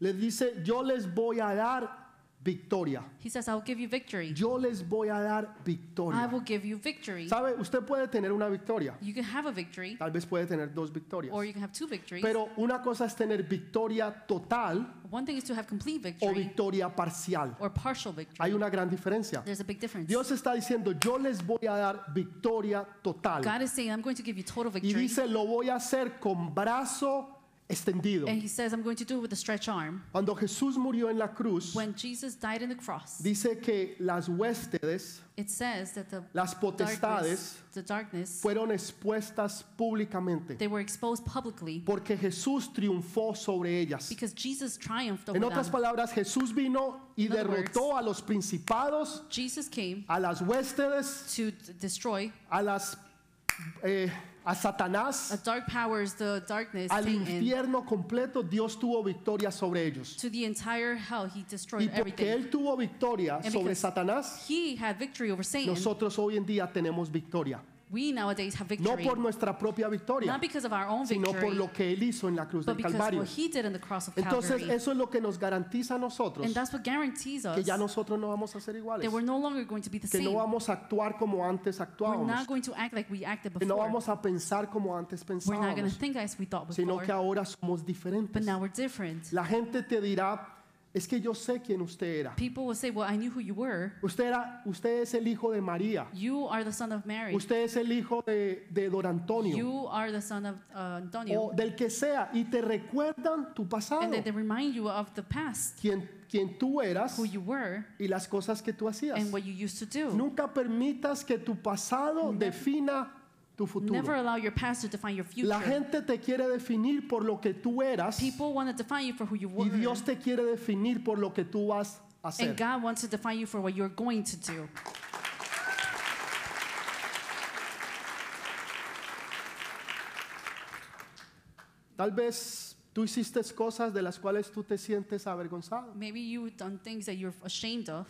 Speaker 1: les dice, yo les voy a dar victoria.
Speaker 2: he says, "I will give you victory.
Speaker 1: Yo les voy a dar
Speaker 2: I
Speaker 1: victoria.
Speaker 2: will give you victory.
Speaker 1: ¿Sabe? Usted puede tener una victoria.
Speaker 2: You can have a victory,
Speaker 1: Tal vez puede tener dos victorias.
Speaker 2: or you can have two victories.
Speaker 1: Pero una cosa es tener victoria total
Speaker 2: One thing is to have complete
Speaker 1: o
Speaker 2: victory
Speaker 1: victoria parcial.
Speaker 2: or partial victory.
Speaker 1: Hay una gran diferencia.
Speaker 2: There's a big difference.
Speaker 1: Dios está diciendo, yo les voy a dar victoria total.
Speaker 2: God is saying, I'm going to give you total
Speaker 1: Y
Speaker 2: victory.
Speaker 1: dice, lo voy a hacer con brazo extendido.
Speaker 2: And he says, I'm going to do it with a stretch arm.
Speaker 1: Cuando Jesús murió en la cruz,
Speaker 2: When Jesus died on the cross,
Speaker 1: dice que las huéspedes,
Speaker 2: it says that the
Speaker 1: las potestades,
Speaker 2: darkness, the darkness,
Speaker 1: fueron expuestas públicamente
Speaker 2: they were exposed publicly
Speaker 1: porque Jesús triunfó sobre ellas.
Speaker 2: because Jesus triumphed over
Speaker 1: En otras
Speaker 2: them.
Speaker 1: palabras, Jesús vino y
Speaker 2: In other words-
Speaker 1: derrotó a los principados,
Speaker 2: Jesus came
Speaker 1: a las huéspedes,
Speaker 2: to d- destroy
Speaker 1: a las eh, a
Speaker 2: the
Speaker 1: Satanás,
Speaker 2: dark powers, the darkness,
Speaker 1: al
Speaker 2: Satan,
Speaker 1: infierno completo. Dios tuvo victoria sobre ellos.
Speaker 2: to the entire hell. He destroyed
Speaker 1: Y porque
Speaker 2: everything.
Speaker 1: él tuvo victoria
Speaker 2: And
Speaker 1: sobre
Speaker 2: because-
Speaker 1: Satanás,
Speaker 2: He had victory over Satan.
Speaker 1: nosotros hoy en día tenemos victoria,
Speaker 2: We nowadays have
Speaker 1: no
Speaker 2: victory.
Speaker 1: por nuestra propia victoria,
Speaker 2: Not because of our own
Speaker 1: sino por
Speaker 2: victory,
Speaker 1: lo que él hizo en la cruz
Speaker 2: but
Speaker 1: del
Speaker 2: because
Speaker 1: Calvario.
Speaker 2: what he did on the cross of
Speaker 1: Entonces,
Speaker 2: Calvary.
Speaker 1: eso es lo que nos garantiza a nosotros
Speaker 2: And that's what guarantees
Speaker 1: que
Speaker 2: us
Speaker 1: ya
Speaker 2: that
Speaker 1: nosotros no vamos a ser iguales,
Speaker 2: we're no longer going to be the
Speaker 1: que no
Speaker 2: same.
Speaker 1: vamos a actuar como antes
Speaker 2: We're
Speaker 1: actuábamos,
Speaker 2: not going to act like we acted
Speaker 1: que no
Speaker 2: before.
Speaker 1: vamos a pensar como antes
Speaker 2: We're not going to
Speaker 1: pensábamos,
Speaker 2: think as we thought
Speaker 1: sino
Speaker 2: before.
Speaker 1: que ahora somos
Speaker 2: But
Speaker 1: diferentes.
Speaker 2: now we're different.
Speaker 1: La gente te dirá, es que yo sé quién usted era.
Speaker 2: People will say, Well, I knew who you were.
Speaker 1: Usted, era, usted es el hijo de María,
Speaker 2: You are the son of Mary.
Speaker 1: usted es el hijo de, de Don Antonio
Speaker 2: You are the son of uh,
Speaker 1: o
Speaker 2: Antonio.
Speaker 1: del que sea y te recuerdan tu pasado,
Speaker 2: And then they remind you of the past,
Speaker 1: quien, quien tú eras
Speaker 2: who you were,
Speaker 1: y las cosas que tú hacías.
Speaker 2: and what you used to do.
Speaker 1: Nunca permitas que tu pasado defina tu
Speaker 2: Never
Speaker 1: futuro.
Speaker 2: allow your past to define your
Speaker 1: La
Speaker 2: future.
Speaker 1: gente te quiere definir por lo que tú eras y
Speaker 2: People want to define you for who you were.
Speaker 1: Dios te quiere definir por lo que tú vas a hacer.
Speaker 2: And God wants to define you for what you're going to do.
Speaker 1: Tal vez tú hiciste cosas de las cuales tú te sientes avergonzado.
Speaker 2: Maybe you've done things that you're ashamed of.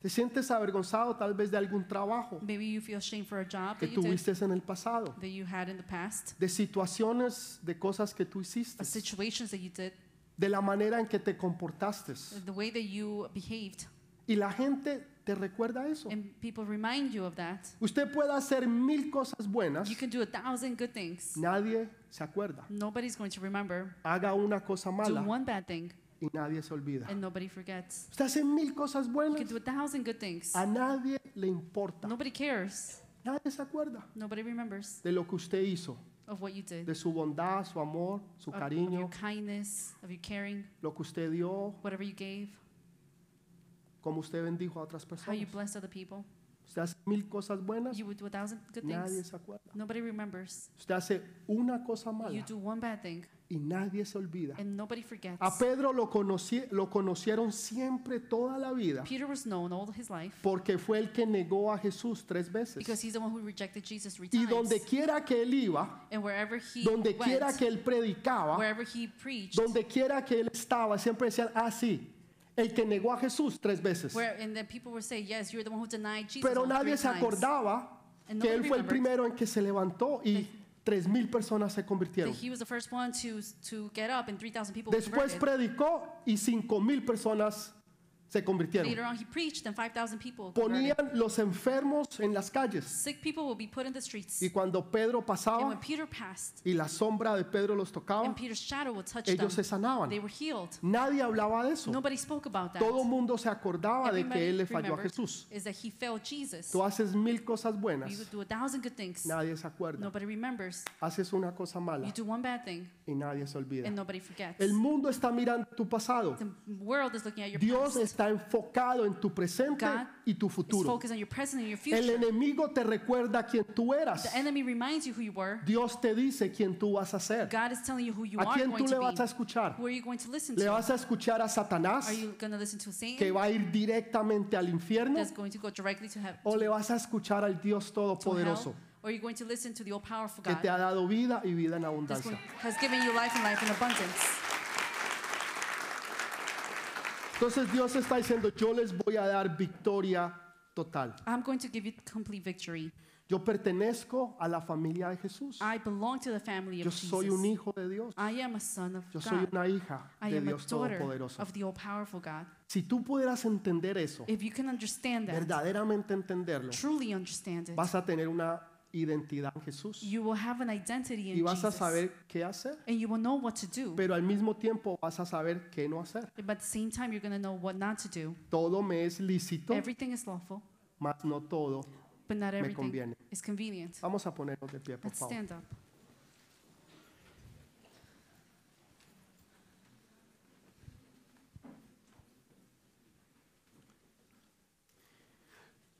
Speaker 1: Te sientes avergonzado tal vez de algún trabajo
Speaker 2: Maybe you feel ashamed for a job
Speaker 1: que
Speaker 2: that you did,
Speaker 1: tuviste en el pasado,
Speaker 2: that you had in the past,
Speaker 1: de situaciones, de cosas que tú hiciste,
Speaker 2: the situations that you did,
Speaker 1: de la manera en que te comportaste.
Speaker 2: the way that you behaved,
Speaker 1: Y la gente te recuerda eso.
Speaker 2: and people remind you of that.
Speaker 1: Usted puede hacer mil cosas buenas,
Speaker 2: You can do a thousand good things.
Speaker 1: nadie se acuerda.
Speaker 2: Nobody's going to remember.
Speaker 1: Haga una cosa
Speaker 2: Do
Speaker 1: mala
Speaker 2: one bad thing,
Speaker 1: y nadie se olvida.
Speaker 2: and nobody forgets.
Speaker 1: Usted hace mil cosas
Speaker 2: You
Speaker 1: buenas,
Speaker 2: can do a thousand good things.
Speaker 1: a nadie le importa.
Speaker 2: Nobody cares.
Speaker 1: Nadie se acuerda
Speaker 2: Nobody remembers
Speaker 1: de lo que usted hizo,
Speaker 2: of what you did,
Speaker 1: de su bondad, su amor, su
Speaker 2: of, of your
Speaker 1: cariño,
Speaker 2: kindness, of your caring,
Speaker 1: lo que usted dio,
Speaker 2: whatever you gave,
Speaker 1: cómo usted bendijo a otras
Speaker 2: how you
Speaker 1: personas.
Speaker 2: blessed other people.
Speaker 1: Usted hace mil cosas buenas,
Speaker 2: You would do a thousand good
Speaker 1: nadie
Speaker 2: things.
Speaker 1: se acuerda.
Speaker 2: Nobody remembers.
Speaker 1: Usted hace una cosa
Speaker 2: You
Speaker 1: mala
Speaker 2: do one bad thing,
Speaker 1: y nadie se olvida.
Speaker 2: and nobody forgets.
Speaker 1: A Pedro lo, conoci- lo conocieron siempre toda la vida
Speaker 2: Peter was known all his life
Speaker 1: porque fue el que negó a Jesús tres
Speaker 2: because
Speaker 1: veces.
Speaker 2: he's the one who rejected Jesus three
Speaker 1: Y
Speaker 2: times.
Speaker 1: donde quiera que él iba,
Speaker 2: and wherever he
Speaker 1: donde
Speaker 2: went,
Speaker 1: quiera que él predicaba,
Speaker 2: wherever he preached,
Speaker 1: donde quiera que él estaba, siempre decían, ah, sí, el que negó a Jesús tres veces.
Speaker 2: where and then people would say, "Yes, you're the one who denied Jesus."
Speaker 1: Pero
Speaker 2: all
Speaker 1: nadie
Speaker 2: three
Speaker 1: se
Speaker 2: times."
Speaker 1: acordaba
Speaker 2: And
Speaker 1: que
Speaker 2: nobody
Speaker 1: él fue el
Speaker 2: remembered.
Speaker 1: primero en que se levantó y tres mil personas se
Speaker 2: That
Speaker 1: convirtieron.
Speaker 2: he was the first one to to get up, and three thousand people were
Speaker 1: Después
Speaker 2: converted.
Speaker 1: predicó y cinco mil personas se convirtieron.
Speaker 2: Later on, he preached, and 5,000 people. converted.
Speaker 1: Ponían los enfermos en las calles
Speaker 2: Sick people will be put in the streets.
Speaker 1: y cuando Pedro
Speaker 2: And when
Speaker 1: pasaba
Speaker 2: Peter passed,
Speaker 1: y la sombra de Pedro los tocaba,
Speaker 2: and Peter's shadow would touch them,
Speaker 1: ellos se sanaban.
Speaker 2: they were healed.
Speaker 1: Nadie hablaba de eso.
Speaker 2: Nobody spoke about that.
Speaker 1: Todo mundo se acordaba de
Speaker 2: Everybody
Speaker 1: que él le falló a
Speaker 2: remembered
Speaker 1: Jesús.
Speaker 2: Is that he failed Jesus.
Speaker 1: Tú haces mil cosas
Speaker 2: You
Speaker 1: buenas,
Speaker 2: do a thousand good things.
Speaker 1: nadie se acuerda.
Speaker 2: Nobody remembers.
Speaker 1: Haces una cosa
Speaker 2: You
Speaker 1: mala
Speaker 2: do one bad thing,
Speaker 1: y nadie se olvida.
Speaker 2: and nobody forgets.
Speaker 1: El mundo está mirando tu pasado.
Speaker 2: The world is looking at your
Speaker 1: Dios
Speaker 2: past.
Speaker 1: está enfocado en tu presente
Speaker 2: God
Speaker 1: y tu
Speaker 2: It's
Speaker 1: futuro.
Speaker 2: focused on your present and
Speaker 1: El
Speaker 2: your future.
Speaker 1: enemigo te recuerda quién tú eras.
Speaker 2: The enemy reminds you who you were.
Speaker 1: Dios te dice quién tú vas a ser.
Speaker 2: God is telling you who you
Speaker 1: ¿A
Speaker 2: are
Speaker 1: quién
Speaker 2: going
Speaker 1: tú le
Speaker 2: to
Speaker 1: vas a
Speaker 2: be.
Speaker 1: escuchar?
Speaker 2: Who are you going to listen
Speaker 1: ¿Le
Speaker 2: to?
Speaker 1: vas a escuchar a Satanás
Speaker 2: Are you going to listen to
Speaker 1: que
Speaker 2: Satan
Speaker 1: va a ir directamente al infierno?
Speaker 2: that's going to go directly to heaven?
Speaker 1: ¿O le vas a escuchar al Dios
Speaker 2: To
Speaker 1: Todopoderoso
Speaker 2: hell? Or are you going to listen to the all-powerful
Speaker 1: que te
Speaker 2: God
Speaker 1: ha dado vida y vida en
Speaker 2: that's going,
Speaker 1: abundancia?
Speaker 2: has given you life and life in abundance?
Speaker 1: Entonces Dios está diciendo, yo les voy a dar victoria total.
Speaker 2: I'm going to give you complete victory.
Speaker 1: Yo pertenezco a la familia de Jesús.
Speaker 2: I belong to the family of
Speaker 1: Yo soy un
Speaker 2: Jesus.
Speaker 1: hijo de Dios.
Speaker 2: I am a son of
Speaker 1: Yo soy
Speaker 2: God.
Speaker 1: una hija
Speaker 2: I
Speaker 1: de
Speaker 2: am a
Speaker 1: Dios
Speaker 2: daughter
Speaker 1: Todopoderoso.
Speaker 2: of the all-powerful God.
Speaker 1: Si tú pudieras entender eso,
Speaker 2: If you can understand that,
Speaker 1: verdaderamente entenderlo,
Speaker 2: truly understand it,
Speaker 1: vas a tener una identidad en Jesús
Speaker 2: you will have an identity in
Speaker 1: y vas a
Speaker 2: Jesus.
Speaker 1: saber qué hacer,
Speaker 2: And you will know what to do.
Speaker 1: pero al mismo tiempo vas a saber qué no hacer.
Speaker 2: But at the same time, you're going to know what not to do.
Speaker 1: Todo me es lícito,
Speaker 2: Everything is lawful,
Speaker 1: mas no todo.
Speaker 2: but not
Speaker 1: conviene.
Speaker 2: everything is convenient.
Speaker 1: Vamos a ponernos de pie, por
Speaker 2: Let's
Speaker 1: favor.
Speaker 2: stand up.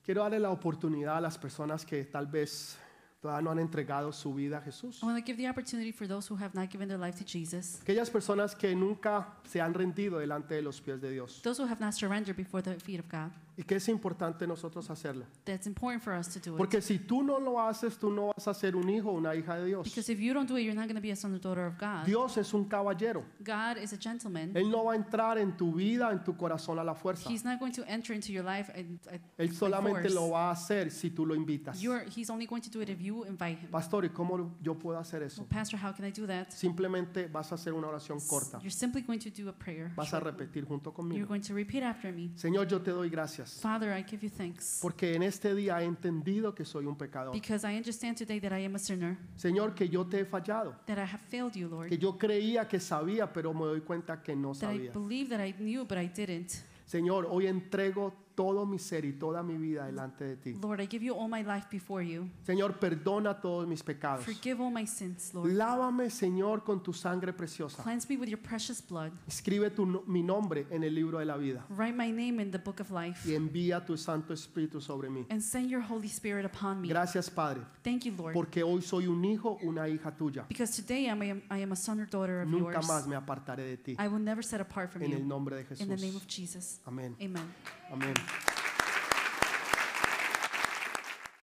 Speaker 1: Quiero darle la oportunidad a las personas que tal vez todavía no han entregado su vida a Jesús.
Speaker 2: I want to give the opportunity for those who have not given their life to Jesus,
Speaker 1: Aquellas personas que nunca se han rendido delante de los pies de Dios.
Speaker 2: those who have not surrendered before the feet of God.
Speaker 1: Y que es importante nosotros hacerlo.
Speaker 2: That's important for us to do it.
Speaker 1: Porque si tú no lo haces, tú no vas a ser un hijo o una hija de Dios.
Speaker 2: Because if you don't do it, you're not going to be a son or daughter of God.
Speaker 1: Dios es un caballero.
Speaker 2: God is a gentleman.
Speaker 1: Él no va a entrar en tu vida, en tu corazón a la fuerza.
Speaker 2: He's not going to enter into your life and, and
Speaker 1: Él solamente
Speaker 2: force.
Speaker 1: lo va a hacer si tú lo invitas.
Speaker 2: you're, he's only going to do it if you invite him.
Speaker 1: Pastor, ¿y cómo yo puedo hacer eso?
Speaker 2: Well, Pastor, how can I do that?
Speaker 1: Simplemente vas a hacer una oración corta.
Speaker 2: You're simply going to do a prayer.
Speaker 1: Vas a repetir junto
Speaker 2: You're
Speaker 1: conmigo.
Speaker 2: going to repeat after me.
Speaker 1: Señor, yo te doy gracias
Speaker 2: Father, I give you thanks
Speaker 1: porque en este día he entendido que soy un pecador.
Speaker 2: because I understand today that I am a sinner,
Speaker 1: Señor, que yo te he fallado,
Speaker 2: that I have failed you,
Speaker 1: que
Speaker 2: Lord,
Speaker 1: yo creía que sabía, pero me doy cuenta que no
Speaker 2: that I
Speaker 1: sabía.
Speaker 2: believe that I knew, but I didn't.
Speaker 1: Señor, hoy entrego todo mi ser y toda mi vida delante de ti.
Speaker 2: Lord, I give you all my life before you.
Speaker 1: Señor, perdona todos mis pecados.
Speaker 2: Forgive all my sins, Lord.
Speaker 1: Lávame, Señor, con tu sangre preciosa.
Speaker 2: Cleanse me with your precious blood.
Speaker 1: Escribe tu no- mi nombre en el libro de la vida
Speaker 2: Write my name in the book of life
Speaker 1: y envía tu Santo Espíritu sobre mí.
Speaker 2: and send your Holy Spirit upon me.
Speaker 1: Gracias, Padre,
Speaker 2: Thank you, Lord,
Speaker 1: porque hoy soy un hijo, una hija tuya.
Speaker 2: because today I am, I am a son or daughter of
Speaker 1: Nunca
Speaker 2: yours.
Speaker 1: más me apartaré de ti.
Speaker 2: I will never set apart from
Speaker 1: En el
Speaker 2: you.
Speaker 1: nombre de
Speaker 2: In the name
Speaker 1: Jesús.
Speaker 2: of Jesus.
Speaker 1: Amén.
Speaker 2: Amen.
Speaker 1: Amén.